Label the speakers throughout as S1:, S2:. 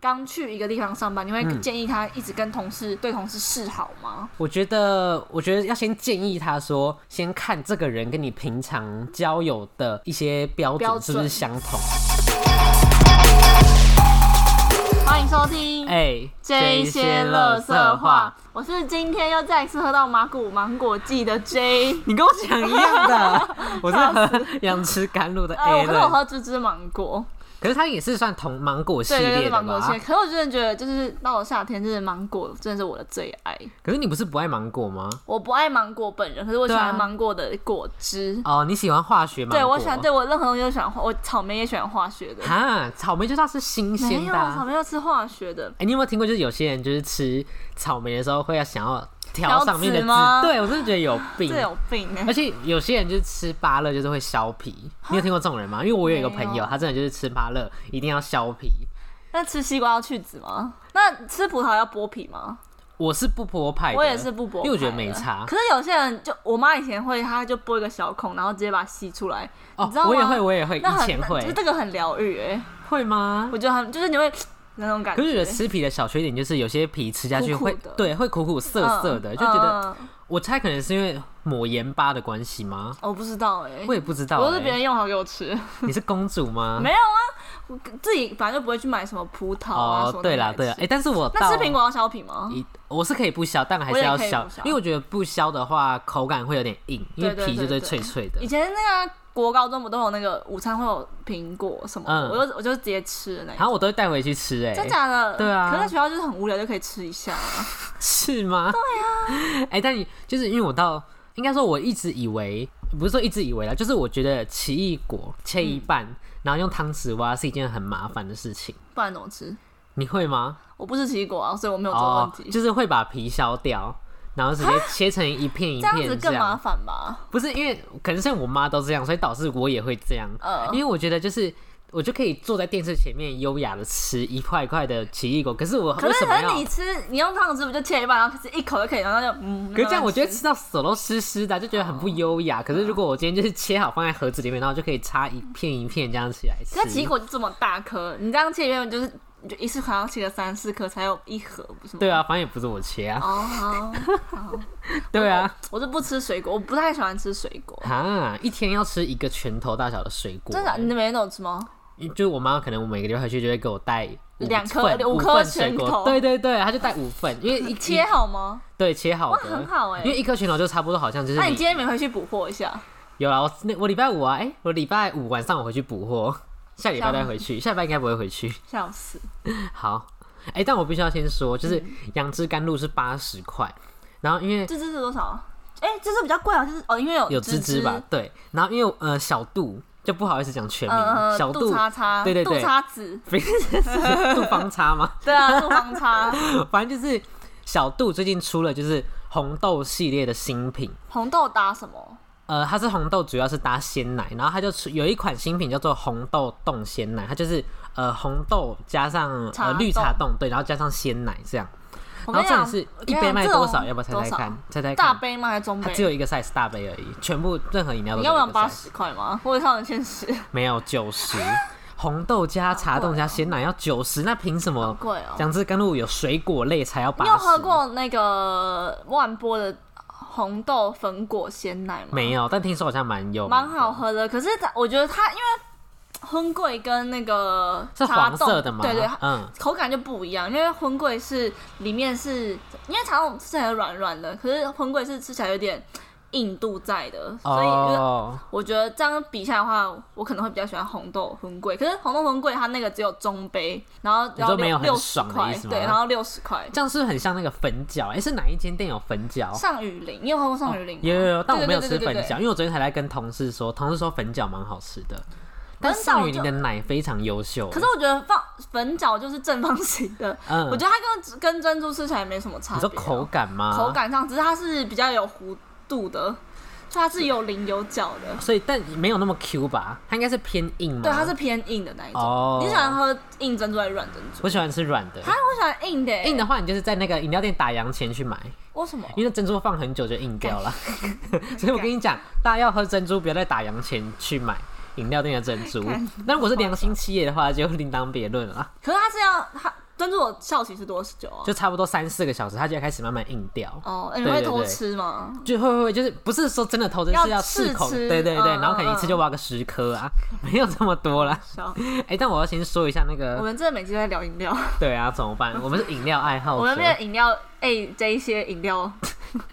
S1: 刚去一个地方上班，你会
S2: 嗯
S1: 建议他一直跟同事、对同事示好吗？
S2: 我觉得，我觉得要先建议他说，先看这个人跟你平常交友的一些标
S1: 标
S2: 准是不
S1: 准
S2: 是相同。
S1: 欢迎收听
S2: 哎，
S1: 这一些
S2: 垃
S1: 乐
S2: 圾
S1: 色话，，我是今天又再一次喝到马古芒果季的 J。
S2: 你跟我讲一 样的。我是喝杨枝甘露的
S1: 呃，我
S2: A
S1: 可是我
S2: 的，
S1: 喝芝芝芒果，
S2: 可是它也是算同芒果系
S1: 对对对，
S2: 列
S1: 是
S2: 的
S1: 芒果
S2: 吧
S1: 蟹。？可是我真的觉得，就是到了夏天，就是芒果真的是我的最爱。
S2: 可是你不是不爱芒果吗？
S1: 我不爱芒果本人，可是我喜
S2: 对啊
S1: 欢芒果的果汁。
S2: 哦，你喜欢化学芒果？
S1: 对我喜欢，对。我任何东西都喜欢化，我草莓也喜欢化学的。
S2: 哈，草莓就是它是新
S1: 没
S2: 鲜
S1: 有，
S2: 的啊、
S1: 草莓要吃化学的。
S2: 哎、你有没有听过？就是有些人就是吃草莓的时候会要想要挑
S1: 挑
S2: 上面的
S1: 籽吗
S2: 对我真的觉得有病
S1: 这。有病哎、
S2: 而且有些人就是吃芭乐就是会削皮，你有听过这种人吗？因为我有一个朋
S1: 没
S2: 友，
S1: 有
S2: 他真的就是吃芭乐一定要削皮。
S1: 那吃西瓜要去籽吗？那吃葡萄要剥皮吗？
S2: 我是不剥派的，
S1: 我也是不剥，
S2: 因为我觉得没差
S1: 可。是有些人就我妈以前会，她就剥一个小孔，然后直接把它吸出来，
S2: 哦
S1: 你知道，吗？
S2: 我也会，我也会，
S1: 那
S2: 以
S1: 很
S2: 前
S1: 就
S2: 会
S1: 是，这个很疗愈哎，
S2: 会吗？
S1: 我觉得很就是你会那种感
S2: 可是我觉
S1: 觉
S2: 得。吃皮的小缺点就是有些皮吃下去
S1: 苦苦
S2: 会，
S1: 的
S2: 对，会苦苦涩涩的，
S1: 嗯
S2: 就觉得、欸
S1: 嗯
S2: 我猜可能是因为抹盐巴的关系吗？
S1: 我不知道哎，
S2: 我也不知道、
S1: 我都是别
S2: 欸，
S1: 人用好给我吃，
S2: 你是公主吗？
S1: 没有啊，我自己本来就不会去买什么葡萄啊什
S2: 哦
S1: 么，
S2: 对
S1: 啦
S2: 啦对啦，哎、但是我
S1: 那吃
S2: 到
S1: 苹果要削皮吗？
S2: 一我是可以不削，但还
S1: 哦我
S2: 是
S1: 也
S2: 要
S1: 可以
S2: 削
S1: 不削，
S2: 因为我觉得不削的话口感会有点硬，因为
S1: 对对
S2: 皮就
S1: 对对
S2: 是脆脆的
S1: 以。前那个国高中不都有那个午餐会有苹果什么的，
S2: 嗯
S1: 我就我就直接吃的那一
S2: 然
S1: 种。
S2: 后我都会带回去吃、欸，
S1: 真假的？
S2: 对啊
S1: 可是在学校就是很无聊，就可以吃一下啊。
S2: 是吗？对 啊，哎、但你就是因为我到，应该说我一直以为，不是说一直以为啦，就是我觉得奇异果切一半，
S1: 嗯
S2: 然后用汤匙挖是一件很麻烦的事情，
S1: 不然怎么吃？
S2: 你会吗？
S1: 我不吃奇异果啊，所以我没有这个问
S2: 哦
S1: 题。，
S2: 就是会把皮削掉。然后直接切成一片一
S1: 这样子
S2: 片这
S1: 更麻
S2: 样，
S1: 烦吧？
S2: 不是因为可能像我妈都这样，所以导致我也会这样。
S1: 嗯
S2: 因为我觉得就是我就可以坐在电视前面优雅的吃一块一块的奇异果，可是我
S1: 可
S2: 为
S1: 是
S2: 什
S1: 可
S2: 么
S1: 是
S2: 要？
S1: 你吃，你用汤汁不就切一半，然后吃一口就可以，然后就嗯。
S2: 可是这样我觉得
S1: 慢慢吃
S2: 吃到手都湿湿的，就觉得很不优雅。
S1: 嗯
S2: 可是如果我今天就是切好放在盒子里面，然后就可以插一片一片这样起来吃。
S1: 可是奇异果就这么大颗，你这样切原本就是你就一次可能要切个三四颗才有一盒，不是吗？
S2: 对啊，反正也不是我切啊。
S1: 哦，好，
S2: 对啊，
S1: 我是不吃水果，我不太喜欢吃水果。
S2: 啊，一天要吃一个拳头大小的水果。
S1: 真的，你每天都有吃吗？
S2: 因就是我妈可能我每个礼拜回去就会给我带五
S1: 两颗
S2: 份
S1: 五
S2: 五
S1: 颗
S2: 份水
S1: 拳
S2: 果，
S1: 头
S2: 对对对，她就带五份，因为一
S1: 你切好吗？
S2: 对切好的
S1: 哇很好欸
S2: 因为一颗拳头就差不多好像就是
S1: 那你今天没回去补货一下？
S2: 有啦，我那我礼拜五啊，哎、我礼拜五晚上我回去补货， 下礼拜再回去，下礼拜应该不会回去。
S1: 笑死！
S2: 好，哎、但我必须要先说，就是杨枝甘露是八十块，然后因为
S1: 嗯这只是多少？哎、这只比较贵啊，就是哦，因为有
S2: 有芝
S1: 芝
S2: 芝吧，，对，然后因为呃小杜就不好意思讲全名，
S1: 呃，
S2: 嗯小
S1: 杜
S2: 杜
S1: 叉叉，
S2: 对对对
S1: 杜叉子，
S2: 不是是杜方差吗？
S1: 对啊，杜方叉，
S2: 反正就是小杜最近出了就是红豆系列的新品，
S1: 红豆搭什么？
S2: 呃，它是红豆，主要是搭鲜奶，然后它就出有一款新品叫做红豆冻鲜奶，它就是呃红豆加上
S1: 茶
S2: 呃绿茶
S1: 冻
S2: 冻，对，然后加上鲜奶这样。
S1: 我
S2: 然
S1: 跟
S2: 后
S1: 你讲
S2: 这里是
S1: 我跟你
S2: 一
S1: 讲
S2: 杯卖
S1: 这种
S2: 多少？要不要猜猜
S1: 多少
S2: 看？猜猜看。
S1: 大杯吗？还是中
S2: 它
S1: 杯？
S2: 只有一个 size 大杯而已，全部任何饮料都
S1: 你
S2: 只
S1: 要
S2: 有
S1: 不
S2: 一
S1: 要八
S2: 个 size，
S1: 十块吗？我有看人现实，
S2: 没有九 十。红豆加茶冻加鲜奶要九十，那凭什么
S1: 贵哦
S2: 杨枝甘露有水果类才要八
S1: 你
S2: 十？
S1: 有喝过那个万波的红豆粉果鲜奶吗？
S2: 没有？但听说好像蛮有，
S1: 蛮好。喝的，可是它我觉得它因为荤桂跟那个
S2: 是
S1: 茶
S2: 黄
S1: 冻
S2: 色的吗？
S1: 对对，
S2: 嗯，
S1: 口感就不一样，因为荤桂是里面是，因为茶冻吃起来软软的，可是荤桂是吃起来有点硬度在的，所以就是
S2: 哦，
S1: 我觉得这样比下来的话，我可能会比较喜欢红豆荤桂。可是红豆荤桂它那个只有中杯，然后然后
S2: 没
S1: 六
S2: 有很
S1: 六十
S2: 爽的
S1: 块
S2: 意思，吗
S1: 对，然后六十块。
S2: 这样是不是很像那个粉饺？哎，是哪一间店有粉饺？
S1: 上雨林，你有喝过上雨林吗？
S2: 哦有有有，但我没有
S1: 对
S2: 吃
S1: 对对
S2: 粉
S1: 对对
S2: 饺，因为我昨天才在跟同事说，同事说粉饺蛮好吃的，但
S1: 粉饺
S2: 上雨林
S1: 就
S2: 的奶非常优秀。欸
S1: 可是我觉得放粉饺就是正方形的，
S2: 嗯
S1: 我觉得它跟跟珍珠吃起来没什么差
S2: 你
S1: 别
S2: 说
S1: 啊、
S2: 口感吗？
S1: 口感上，只是它是比较有弧度的，就它是有棱有角的，
S2: 所以但没有那么 Q 吧？它应该是偏硬吗？
S1: 对，它是偏硬的那一种。
S2: 哦
S1: 你喜欢喝硬珍珠还是软珍珠？
S2: 我喜欢吃软的
S1: 啊，。我喜欢硬的、
S2: 硬的话，你就是在那个饮料店打烊前去买，
S1: 为什么？
S2: 因为珍珠放很久就 硬掉了。所以我跟你讲，大家要喝珍珠，不要在打烊前去买饮料店的珍珠
S1: 干。
S2: 那如果是良心企业的话，就另当别论了。
S1: 可是它是要它珍珠果效期是多久啊？
S2: 就差不多三四个小时，它就会开始慢慢硬掉。
S1: 哦，哎
S2: 对
S1: 你会
S2: 对
S1: 偷
S2: 对
S1: 吃吗？
S2: 就会会就是不是说真的偷，真
S1: 要
S2: 是要
S1: 试
S2: 试口，
S1: 吃
S2: 对对对，
S1: 嗯
S2: 然后可能一次就
S1: 嗯
S2: 挖个十颗啊，没有这么多啦。
S1: 笑，
S2: 哎、但我要先说一下那
S1: 我
S2: 个，
S1: 们真的每集都在聊饮料，
S2: 对啊，怎么办？我们是饮料爱好者，
S1: 我们变饮料，哎，这一些饮料，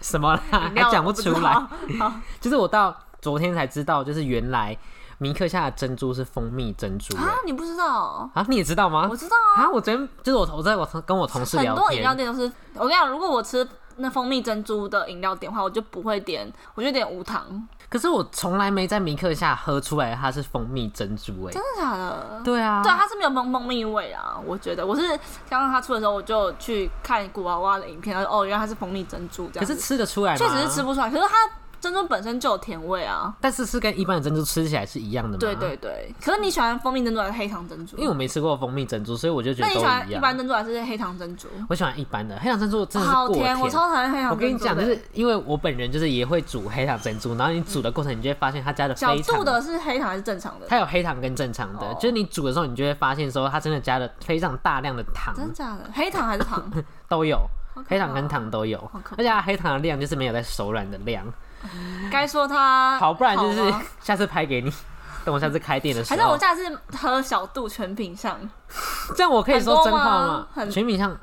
S2: 什么啦？
S1: 饮
S2: 还
S1: 料
S2: 讲不
S1: 我知
S2: 出
S1: 道
S2: 来。
S1: 好，
S2: 就是我到昨天才知道，就是原来米克夏的珍珠是蜂蜜珍珠、欸
S1: 啊，你不知道？
S2: 啊，你也知道吗
S1: 我？知道啊，
S2: 啊，我昨天就是我我在我同跟我同事
S1: 很
S2: 聊
S1: 多饮料
S2: 天，
S1: 店都是，我跟你讲，如果我吃那蜂蜜珍珠的饮料点的话，我就不会点，我就点无糖，
S2: 可是我从来没在米克夏喝出来它是蜂蜜珍珠哎、
S1: 真的假的？
S2: 对啊，
S1: 对啊，它是没有蜂蜂蜜味啊，我觉得我是刚刚它出的时候，我就去看古娃娃的影片，然后哦，原来它是蜂蜜珍珠这样
S2: 可
S1: 子，
S2: 是吃得出来吗？
S1: 确实是吃，不出来，可是它珍珠本身就有甜味啊。
S2: 但是是跟一般的珍珠吃起来是一样的吗？
S1: 对对对，可是你喜欢蜂蜜珍珠还是黑糖珍珠？
S2: 嗯因为我没吃过蜂蜜珍珠，所以我就觉
S1: 那
S2: 得
S1: 你
S2: 都
S1: 喜欢一般
S2: 样。
S1: 珍珠还是黑糖珍珠？
S2: 我喜欢一般的黑糖珍珠，真的是
S1: 好
S2: 过
S1: 甜，我超讨厌黑糖珍珠的。
S2: 我跟你讲，就是因为我本人就是也会煮黑糖珍珠，然后你煮的过程，你就会发现它加的
S1: 小
S2: 非
S1: 度
S2: 常，
S1: 的是黑糖还是正常的？
S2: 它有黑糖跟正常的，
S1: 哦
S2: 就是你煮的时候，你就会发现说它真的加了非常大量的糖，
S1: 真的假的？黑糖还是 糖？
S2: 都有
S1: 好可怕
S2: 黑糖跟糖都有
S1: 好可，怕
S2: 而且它黑糖的量就是没有在手软的量，
S1: 该说它
S2: 好，不然就是
S1: 好吗
S2: 下次拍给你，等我下次开店的时
S1: 还是我
S2: 候，
S1: 下次喝小度全品相，
S2: 这样我可以说
S1: 很
S2: 真
S1: 多
S2: 话
S1: 吗
S2: 吗？
S1: 很
S2: 全米香，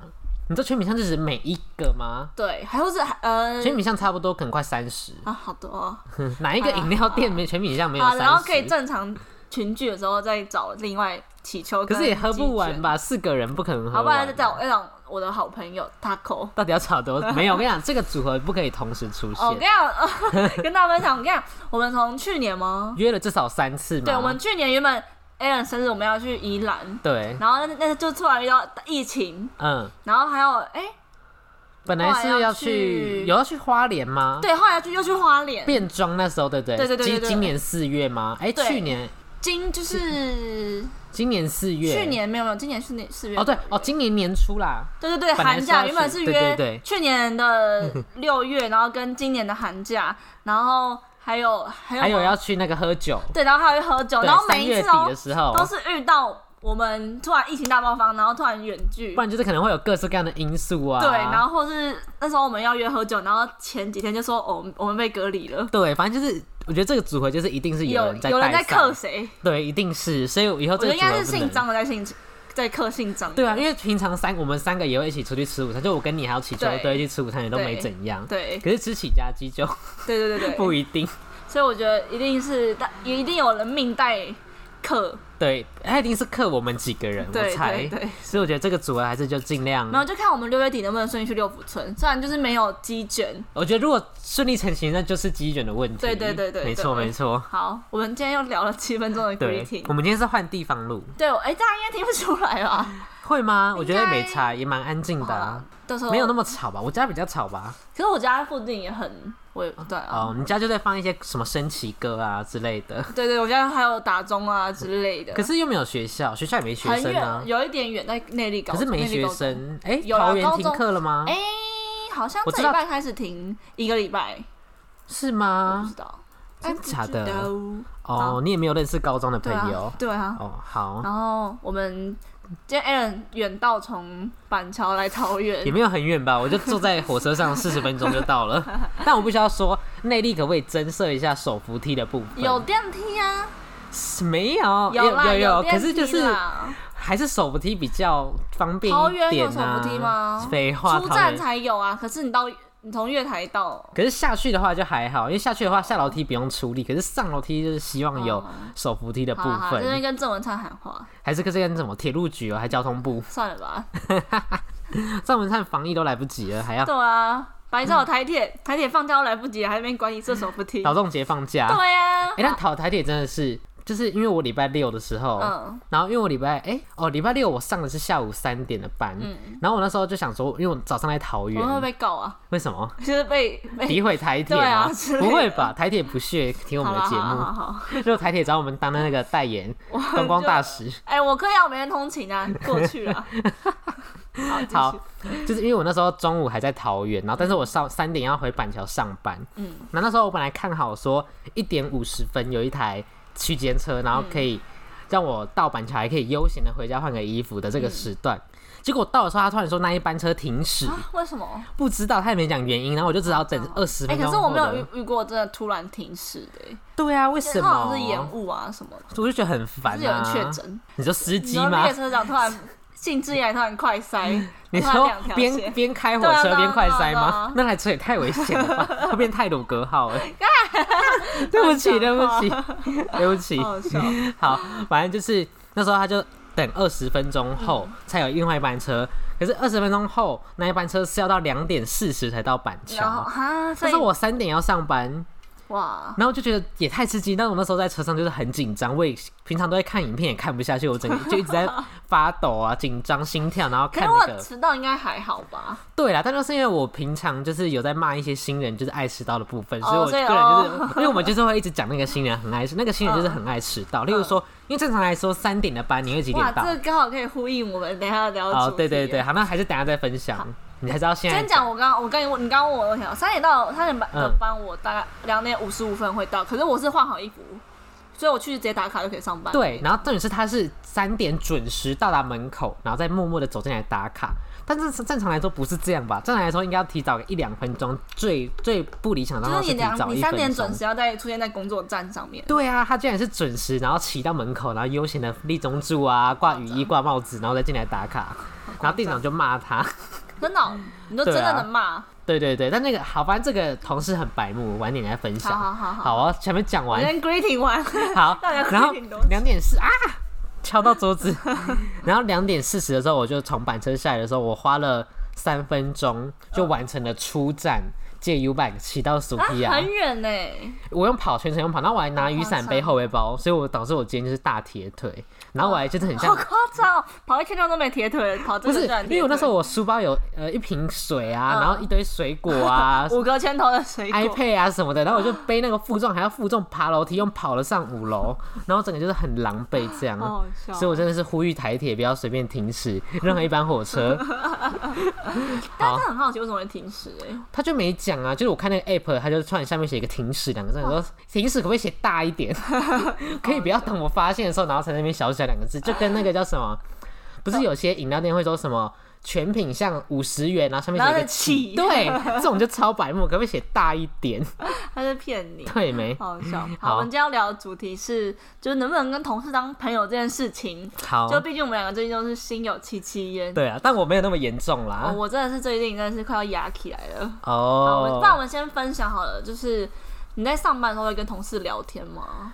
S2: 你这全米香就是每一个吗？
S1: 对，还有是呃
S2: 全米香差不多可能快三十，嗯
S1: 啊，好多、哦、
S2: 哪一个饮料店没全米香没有
S1: 啊，
S2: 三十？
S1: 然后可以正常群聚的时候再找另外祈求，
S2: 可是也喝不完？吧，四个人不可能喝完。
S1: 好，不然再找再找我的好朋友 Taco。
S2: 到底要 吵多？没有，我跟你讲，这个组合不可以同时出现，
S1: 哦，我 跟你讲，呃跟大家分享，我跟你讲，我们从去年吗？
S2: 约了至少三次嘛。
S1: 对，我们去年原本 Alan 生日我们要去宜兰，
S2: 对，
S1: 然后那那就突然遇到疫情，
S2: 嗯，
S1: 然后还有哎、
S2: 本来
S1: 后来
S2: 是
S1: 要
S2: 去
S1: 去
S2: 有要去花莲吗？，
S1: 对，后来就又去花莲，
S2: 变装那时候对不对？
S1: 对对对对
S2: 今
S1: 对
S2: 今年四月吗？哎，
S1: 对
S2: 去年
S1: 今就是
S2: 今年四月，
S1: 去年没有没有，今年去年四月
S2: 哦对哦，今年年初啦，
S1: 对对对，
S2: 本来
S1: 寒
S2: 是
S1: 假
S2: 要
S1: 原本
S2: 去
S1: 是
S2: 对对
S1: 约
S2: 对
S1: 去年 的六月，然后跟今年的寒假，然后还有还有
S2: 还有
S1: 吗
S2: 要去那个喝酒，
S1: 对，然后还有去喝酒，
S2: 对
S1: 然后
S2: 三
S1: 每一
S2: 月
S1: 次
S2: 底
S1: 都
S2: 的时候，
S1: 都是遇到我们突然疫情大爆发，然后突然远距
S2: 不，然就是可能会有各式各样的因素啊。
S1: 对，然后或是那时候我们要约喝酒，然后前几天就说哦，我们被隔离了，
S2: 对，反正就是我觉得这个组合就是一定是
S1: 有
S2: 人在
S1: 有人在
S2: 带上
S1: 克谁？
S2: 对，一定是，所以以后
S1: 我觉
S2: 这个
S1: 得
S2: 组
S1: 应
S2: 合
S1: 该是
S2: 不能
S1: 姓张的在姓在克姓张的，
S2: 对啊，因为平常三我们三个也会一起出去吃午餐，就我跟你还有启秋
S1: 对
S2: 都会去吃午餐，也都没
S1: 对
S2: 怎样。
S1: 对
S2: 可是吃起家鸡就
S1: 对对对对，
S2: 不一定。
S1: 所以我觉得一定是也一定有人命带克，
S2: 对，他一定是克我们几个人，我
S1: 对
S2: 猜。
S1: 对对。
S2: 所以我觉得这个组合还是就尽量
S1: 然。后就看我们六月底能不能顺利去六福村，虽然就是没有鸡卷。
S2: 我觉得如果顺利成型，那就是鸡卷的问题。
S1: 对对对对
S2: 没错
S1: 对
S2: 没错。
S1: 好，我们今天又聊了七分钟的
S2: 对
S1: greeting，，
S2: 我们今天是换地方录，
S1: 对，我哎、大家应该听不出来吧？
S2: 会吗？我觉得
S1: 应该哦
S2: 没差，也蛮安静的 啊，
S1: 到时候
S2: 没有那
S1: 么，
S2: 么吵吧？我家比较吵吧？
S1: 可是我家附近也很，我也对啊，
S2: 哦，你家就在放一些什么升旗歌啊之类的，
S1: 对对，我家还有打钟啊之类的，
S2: 可是又没有学校，学校也没学
S1: 很
S2: 生啊
S1: 远，。有一点远，在内力高
S2: 可
S1: 中，
S2: 是没
S1: 内力
S2: 学
S1: 高中，
S2: 生，哎、
S1: 有啦啊
S2: 桃园
S1: 高
S2: 停
S1: 中
S2: 课了吗？
S1: 哎、好像
S2: 我
S1: 这
S2: 知
S1: 礼
S2: 道
S1: 拜开始停一个礼拜，
S2: 是
S1: 不
S2: 吗
S1: 知？道，
S2: 啊真
S1: 哎不
S2: 假的
S1: 知道
S2: 哦，你也没有认识高中的朋
S1: 对
S2: 友
S1: 啊，。对啊，
S2: 哦，好，
S1: 然后我们今天 Alan 远道从板桥来桃园
S2: 也，没有很远吧，我就坐在火车 上四十分钟就到了。但我必须要说，内力可不可以增设一下手扶梯的部分？
S1: 有电梯啊，
S2: 是没有？
S1: 啦
S2: 哦有有，
S1: 电
S2: 可是
S1: 梯
S2: 就是
S1: 啦
S2: 还是手扶梯比较方便
S1: 桃
S2: 一
S1: 园有
S2: 点
S1: 手
S2: 啊。
S1: 扶梯吗？
S2: 废话，
S1: 出
S2: 桃
S1: 站
S2: 园。
S1: 才有啊，可是你到你从月台到。
S2: 可是下去的话就还好，因为下去的话下楼梯不用出力，可是上楼梯就是希望有
S1: 哦
S2: 手扶梯的部
S1: 好啦好啦啊这边
S2: 分，
S1: 跟郑文灿喊话，
S2: 还是跟这个什么铁路局哦，还交通部。
S1: 算了吧。
S2: 赵文灿防疫都来不及了，还要
S1: 对啊，白昼有台铁，台铁放假都来不及，还在那边管你这手扶梯。
S2: 劳动节放假。哎、哦
S1: 对啊呀，
S2: 但讨台铁真的是，就是因为我礼拜六的时候，
S1: 嗯
S2: 然后因为我礼拜哎、哦礼拜六我上的是下午三点的班，然后我那时候就想说，因为我早上在桃
S1: 嗯我
S2: 园
S1: 们，会被告啊，
S2: 为什么
S1: 就是被被。
S2: 诋毁台铁
S1: 对
S2: 吗？
S1: 啊之类的
S2: 不会吧，台铁不屑听我
S1: 好
S2: 们
S1: 了
S2: 的节
S1: 好啦好
S2: 目，
S1: 好好，
S2: 就台铁找我们当那个代 言观光大使。
S1: 哎，我可以啊，我每天通勤啊，过去啊。好，继
S2: 好
S1: 续，
S2: 就是因为我那时候中午还在桃园，然后但是我上三点要回板桥上班，嗯
S1: 嗯，
S2: 那那时候我本来看好说一点五十分有一台区
S1: 嗯
S2: 间车，然后可以让我到板桥还可以悠闲的回家换个衣服的这个时段，结果到的时候，他突然说那一班车停驶，
S1: 嗯啊， 为什么？
S2: 不知道，他也没讲原因，然后我就只好等二十
S1: 哎、
S2: 分钟。
S1: 可是我没有。遇遇过真的突然停驶的、欸，
S2: 对啊，为什
S1: 这好 像
S2: 么？
S1: 是延误啊什么的，
S2: 我就觉得很
S1: 就
S2: 烦
S1: 是有人
S2: 啊。
S1: 确诊，
S2: 你说司机
S1: 然后
S2: 吗嗯
S1: 列？车长突然兴致一来，突然快塞，
S2: 你
S1: 突然
S2: 说
S1: 两条
S2: 边
S1: 线，
S2: 边开火
S1: 对啊
S2: 车
S1: 对啊
S2: 边快塞
S1: 对啊对
S2: 吗
S1: 啊？
S2: 那台车也太危险了吧，会变泰鲁格号 哎。对不起，对不起， 对不起
S1: 好。好笑。
S2: 好，反正就是那时候他就等二十分钟后
S1: 嗯
S2: 才有另外一班车，可是二十分钟后那一班车是要到两点四十才到板
S1: 然后
S2: 桥。
S1: 哈，所
S2: 但
S1: 以
S2: 是我三点要上班，
S1: 哇，
S2: 然后就觉得也太刺激。但我那时候在车上就是很紧张，我也平常都在看影片，也看不下去，我整个就一直在发抖啊，紧张、心跳，然后
S1: 可
S2: 看
S1: 是
S2: 那
S1: 我
S2: 个。
S1: 迟到应该还好吧？
S2: 对啦，但就是因为我平常就是有在骂一些新人，就是爱迟到的部分，
S1: 哦
S2: 所以我个
S1: 所以
S2: 人就是，因为我们就是会一直讲那个新人很爱迟，那个新人就是
S1: 嗯
S2: 很爱迟到。例如说，因为正常来说三点的班你会几
S1: 哇，
S2: 点到？
S1: 这个刚好可以呼应我们等一下聊的
S2: 哦
S1: 主，题
S2: 对对对，。好，那还是等一下再分享。你还是要现在
S1: 先讲我刚刚，我跟你问，你刚刚问我问题啊，三点到三点半
S2: 嗯
S1: 的班，我大概两点五十五分会到，可是我是换好衣服，所以我去直接打卡就可以上班。
S2: 对，然后重点是他是三点准时到达门口，然后再默默的走进来打卡。但是正常来说不是这样吧？正常来说应该要提早个一两分钟，最最不理想的
S1: 就
S2: 状
S1: 是你
S2: 况是提
S1: 两
S2: 早
S1: 你
S2: 一
S1: 三点
S2: 分
S1: 准
S2: 钟。
S1: 时要在出现在工作站上面，
S2: 对啊，他居然是准时，然后骑到门口，然后悠闲的立中柱啊，挂雨衣、挂帽子，然后再进来打卡。然后店长就骂他，
S1: 真的哦，你都
S2: 对
S1: 真
S2: 啊
S1: 的能骂？
S2: 对对对，但那个好，反正这个同事很白目，晚点来分享。
S1: 好好好好
S2: 好，我要前面讲
S1: 我
S2: 完，
S1: 先 greeting 完，
S2: 好，
S1: 到底要
S2: 然后
S1: 几点多久
S2: 两点四啊，敲到桌子。 然后两点四十的时候，我就从板车下来的时候，我花了三分钟就完成了出站，借 U bike 骑到苏
S1: 啊，
S2: 皮亚
S1: 很。远欸呢。
S2: 我用跑全程用跑，然后我还拿雨伞背后背包，所以我导致我今天就是大铁腿。然后我还就是很
S1: 好
S2: 像，
S1: 夸张哦，跑一圈都没铁腿，跑这
S2: 不
S1: 个
S2: 是
S1: 站
S2: 因为我那时候我书包有呃一瓶水啊，
S1: 嗯
S2: 然后一堆水果
S1: 。
S2: 啊
S1: 五个拳头的水果
S2: iPad 啊什么的，然后我就背那个负重，还要负重爬楼梯，用跑了上五楼，然后整个就是很狼狈这样。
S1: 好好笑哦。
S2: 所以我真的是呼吁台铁不要随便停驶任何一班火车。
S1: 但
S2: 好
S1: 是，很好奇为什么会停驶哎、
S2: 他就没讲啊，就是我看那个 app，他就突然下面写一个停驶两个字，我说停驶可不可以写大一点？ 可以不要等我发现的时候，然后才在那边小写两个字，就跟那个叫什么，不是有些饮料店会说什么？全品项五十元，然后上面
S1: 然后
S2: 写一个
S1: 再
S2: 起，
S1: 起
S2: 对，这种就超白目，可不可以写大一点？
S1: 他在骗你。
S2: 对没？
S1: 好好笑。
S2: 好
S1: 好，我们今天要聊的主题是，就是能不能跟同事当朋友这件事情。
S2: 好，
S1: 就毕竟我们两个最近都是心有戚戚焉。
S2: 对啊，但我没有那么严重
S1: 哦
S2: 啦。
S1: 我真的是最近真的是快要压起来了。好，我们不然我
S2: 哦，
S1: 们先分享好了，就是你在上班的时候会跟同事聊天吗？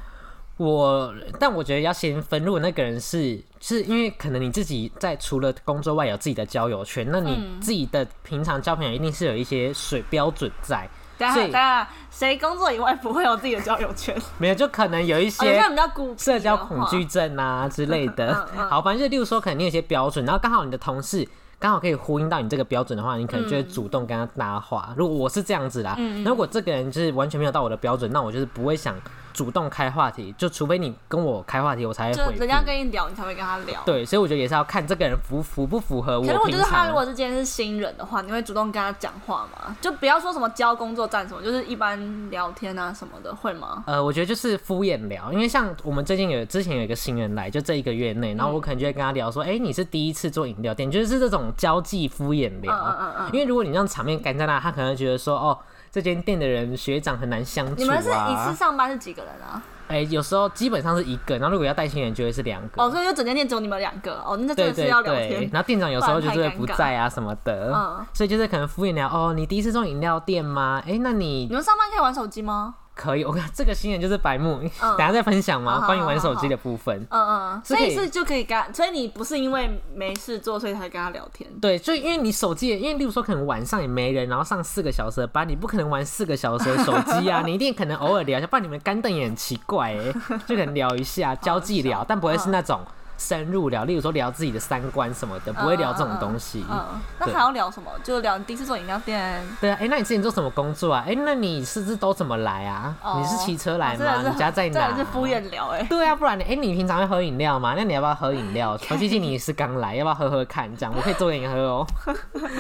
S2: 我，但我觉得要先分，如果那个人是，是因为可能你自己在除了工作外有自己的交友圈，那
S1: 嗯
S2: 你自己的平常交朋友一定是有一些水标准在，
S1: 大
S2: 所
S1: 家
S2: 以
S1: 大家谁工作以外不会有自己的交友 圈？
S2: 没有就可能有
S1: 哦
S2: 一
S1: 有些
S2: 些
S1: 人比较孤僻
S2: 社交
S1: 的
S2: 恐
S1: 话
S2: 惧症啊之类的
S1: 嗯嗯。嗯
S2: 好，反正就例如说，可能你有些标准，然后刚好你的同事。刚好可以呼应到你这个标准的话，你可能就会主动跟他搭话。
S1: 嗯
S2: 如果我是这样子啦，那如果这个人就是完全没有到我的标准，那我就是不会想主动开话题，就除非你跟我开话题，我才会
S1: 就
S2: 回复。
S1: 人家跟你聊，你才会跟他聊。
S2: 对，所以我觉得也是要看这个人符符不符合我
S1: 可是我觉
S2: 平
S1: 得他
S2: 常
S1: 如。果是今天是新人的话，你会主动跟他讲话吗？就不要说什么交工作站什么，就是一般聊天啊什么的，会吗？
S2: 呃，我觉得就是敷衍聊，因为像我们最近有之前有一个新人来，就这一个月内，
S1: 嗯
S2: 然后我可能就会跟他聊说，哎、你是第一次做饮料店，就是这种交际敷衍聊。
S1: 嗯嗯嗯
S2: 因为如果你让场面干在那，他可能会觉得说，哦，这间店的人学长很难相
S1: 你
S2: 处
S1: 们是一次
S2: 啊。
S1: 上班是几个人啊？
S2: 哎、有时候基本上是一个，然后如果要带新人就会是两个。
S1: 哦，所以就整间店只有你们两个哦，那真
S2: 对
S1: 的是
S2: 对
S1: 要聊
S2: 对
S1: 天，。
S2: 然后店长有时候就是会
S1: 不然太尴尬
S2: 不在啊什么的，
S1: 嗯
S2: 所以就是可能敷衍聊哦，你第一次做饮料店吗？哎、那你
S1: 你们上班可以玩手机吗？
S2: 可以，我 看这个新人就是白目，
S1: 嗯
S2: 等下再分享
S1: 好
S2: 嘛，
S1: 好
S2: 关于玩手机的部分。
S1: 嗯嗯，
S2: 是
S1: 所
S2: 可以
S1: 以是就可以跟他，所以你不是因为没事做所以才跟他聊天，
S2: 对，就因为你手机也，因为例如说可能晚上也没人，然后上四个小时的班，你不可能玩四个小时的手 机啊，你一定可能偶尔聊一下，不然你们干瞪也很奇怪哎、就可能聊一下交际聊，但不会是那种深入聊，例如说聊自己的三观什么的，不会聊这种东西。
S1: 嗯，那
S2: 对
S1: 还要聊什么？就聊你第一次做饮料店，
S2: 对啊，哎、那你之前做什么工作啊？哎、那你是不是都怎么来啊？
S1: 哦
S2: 你是骑车来
S1: 哦真的
S2: 吗？
S1: 是
S2: 你家在
S1: 真
S2: 哪？啊
S1: 的是敷衍聊哎，
S2: 对啊，不然呢？哎、你平常会喝饮料吗？那你要不要喝 饮料？我毕竟你是刚来，要不要喝喝看？这样我可以做给你喝哦。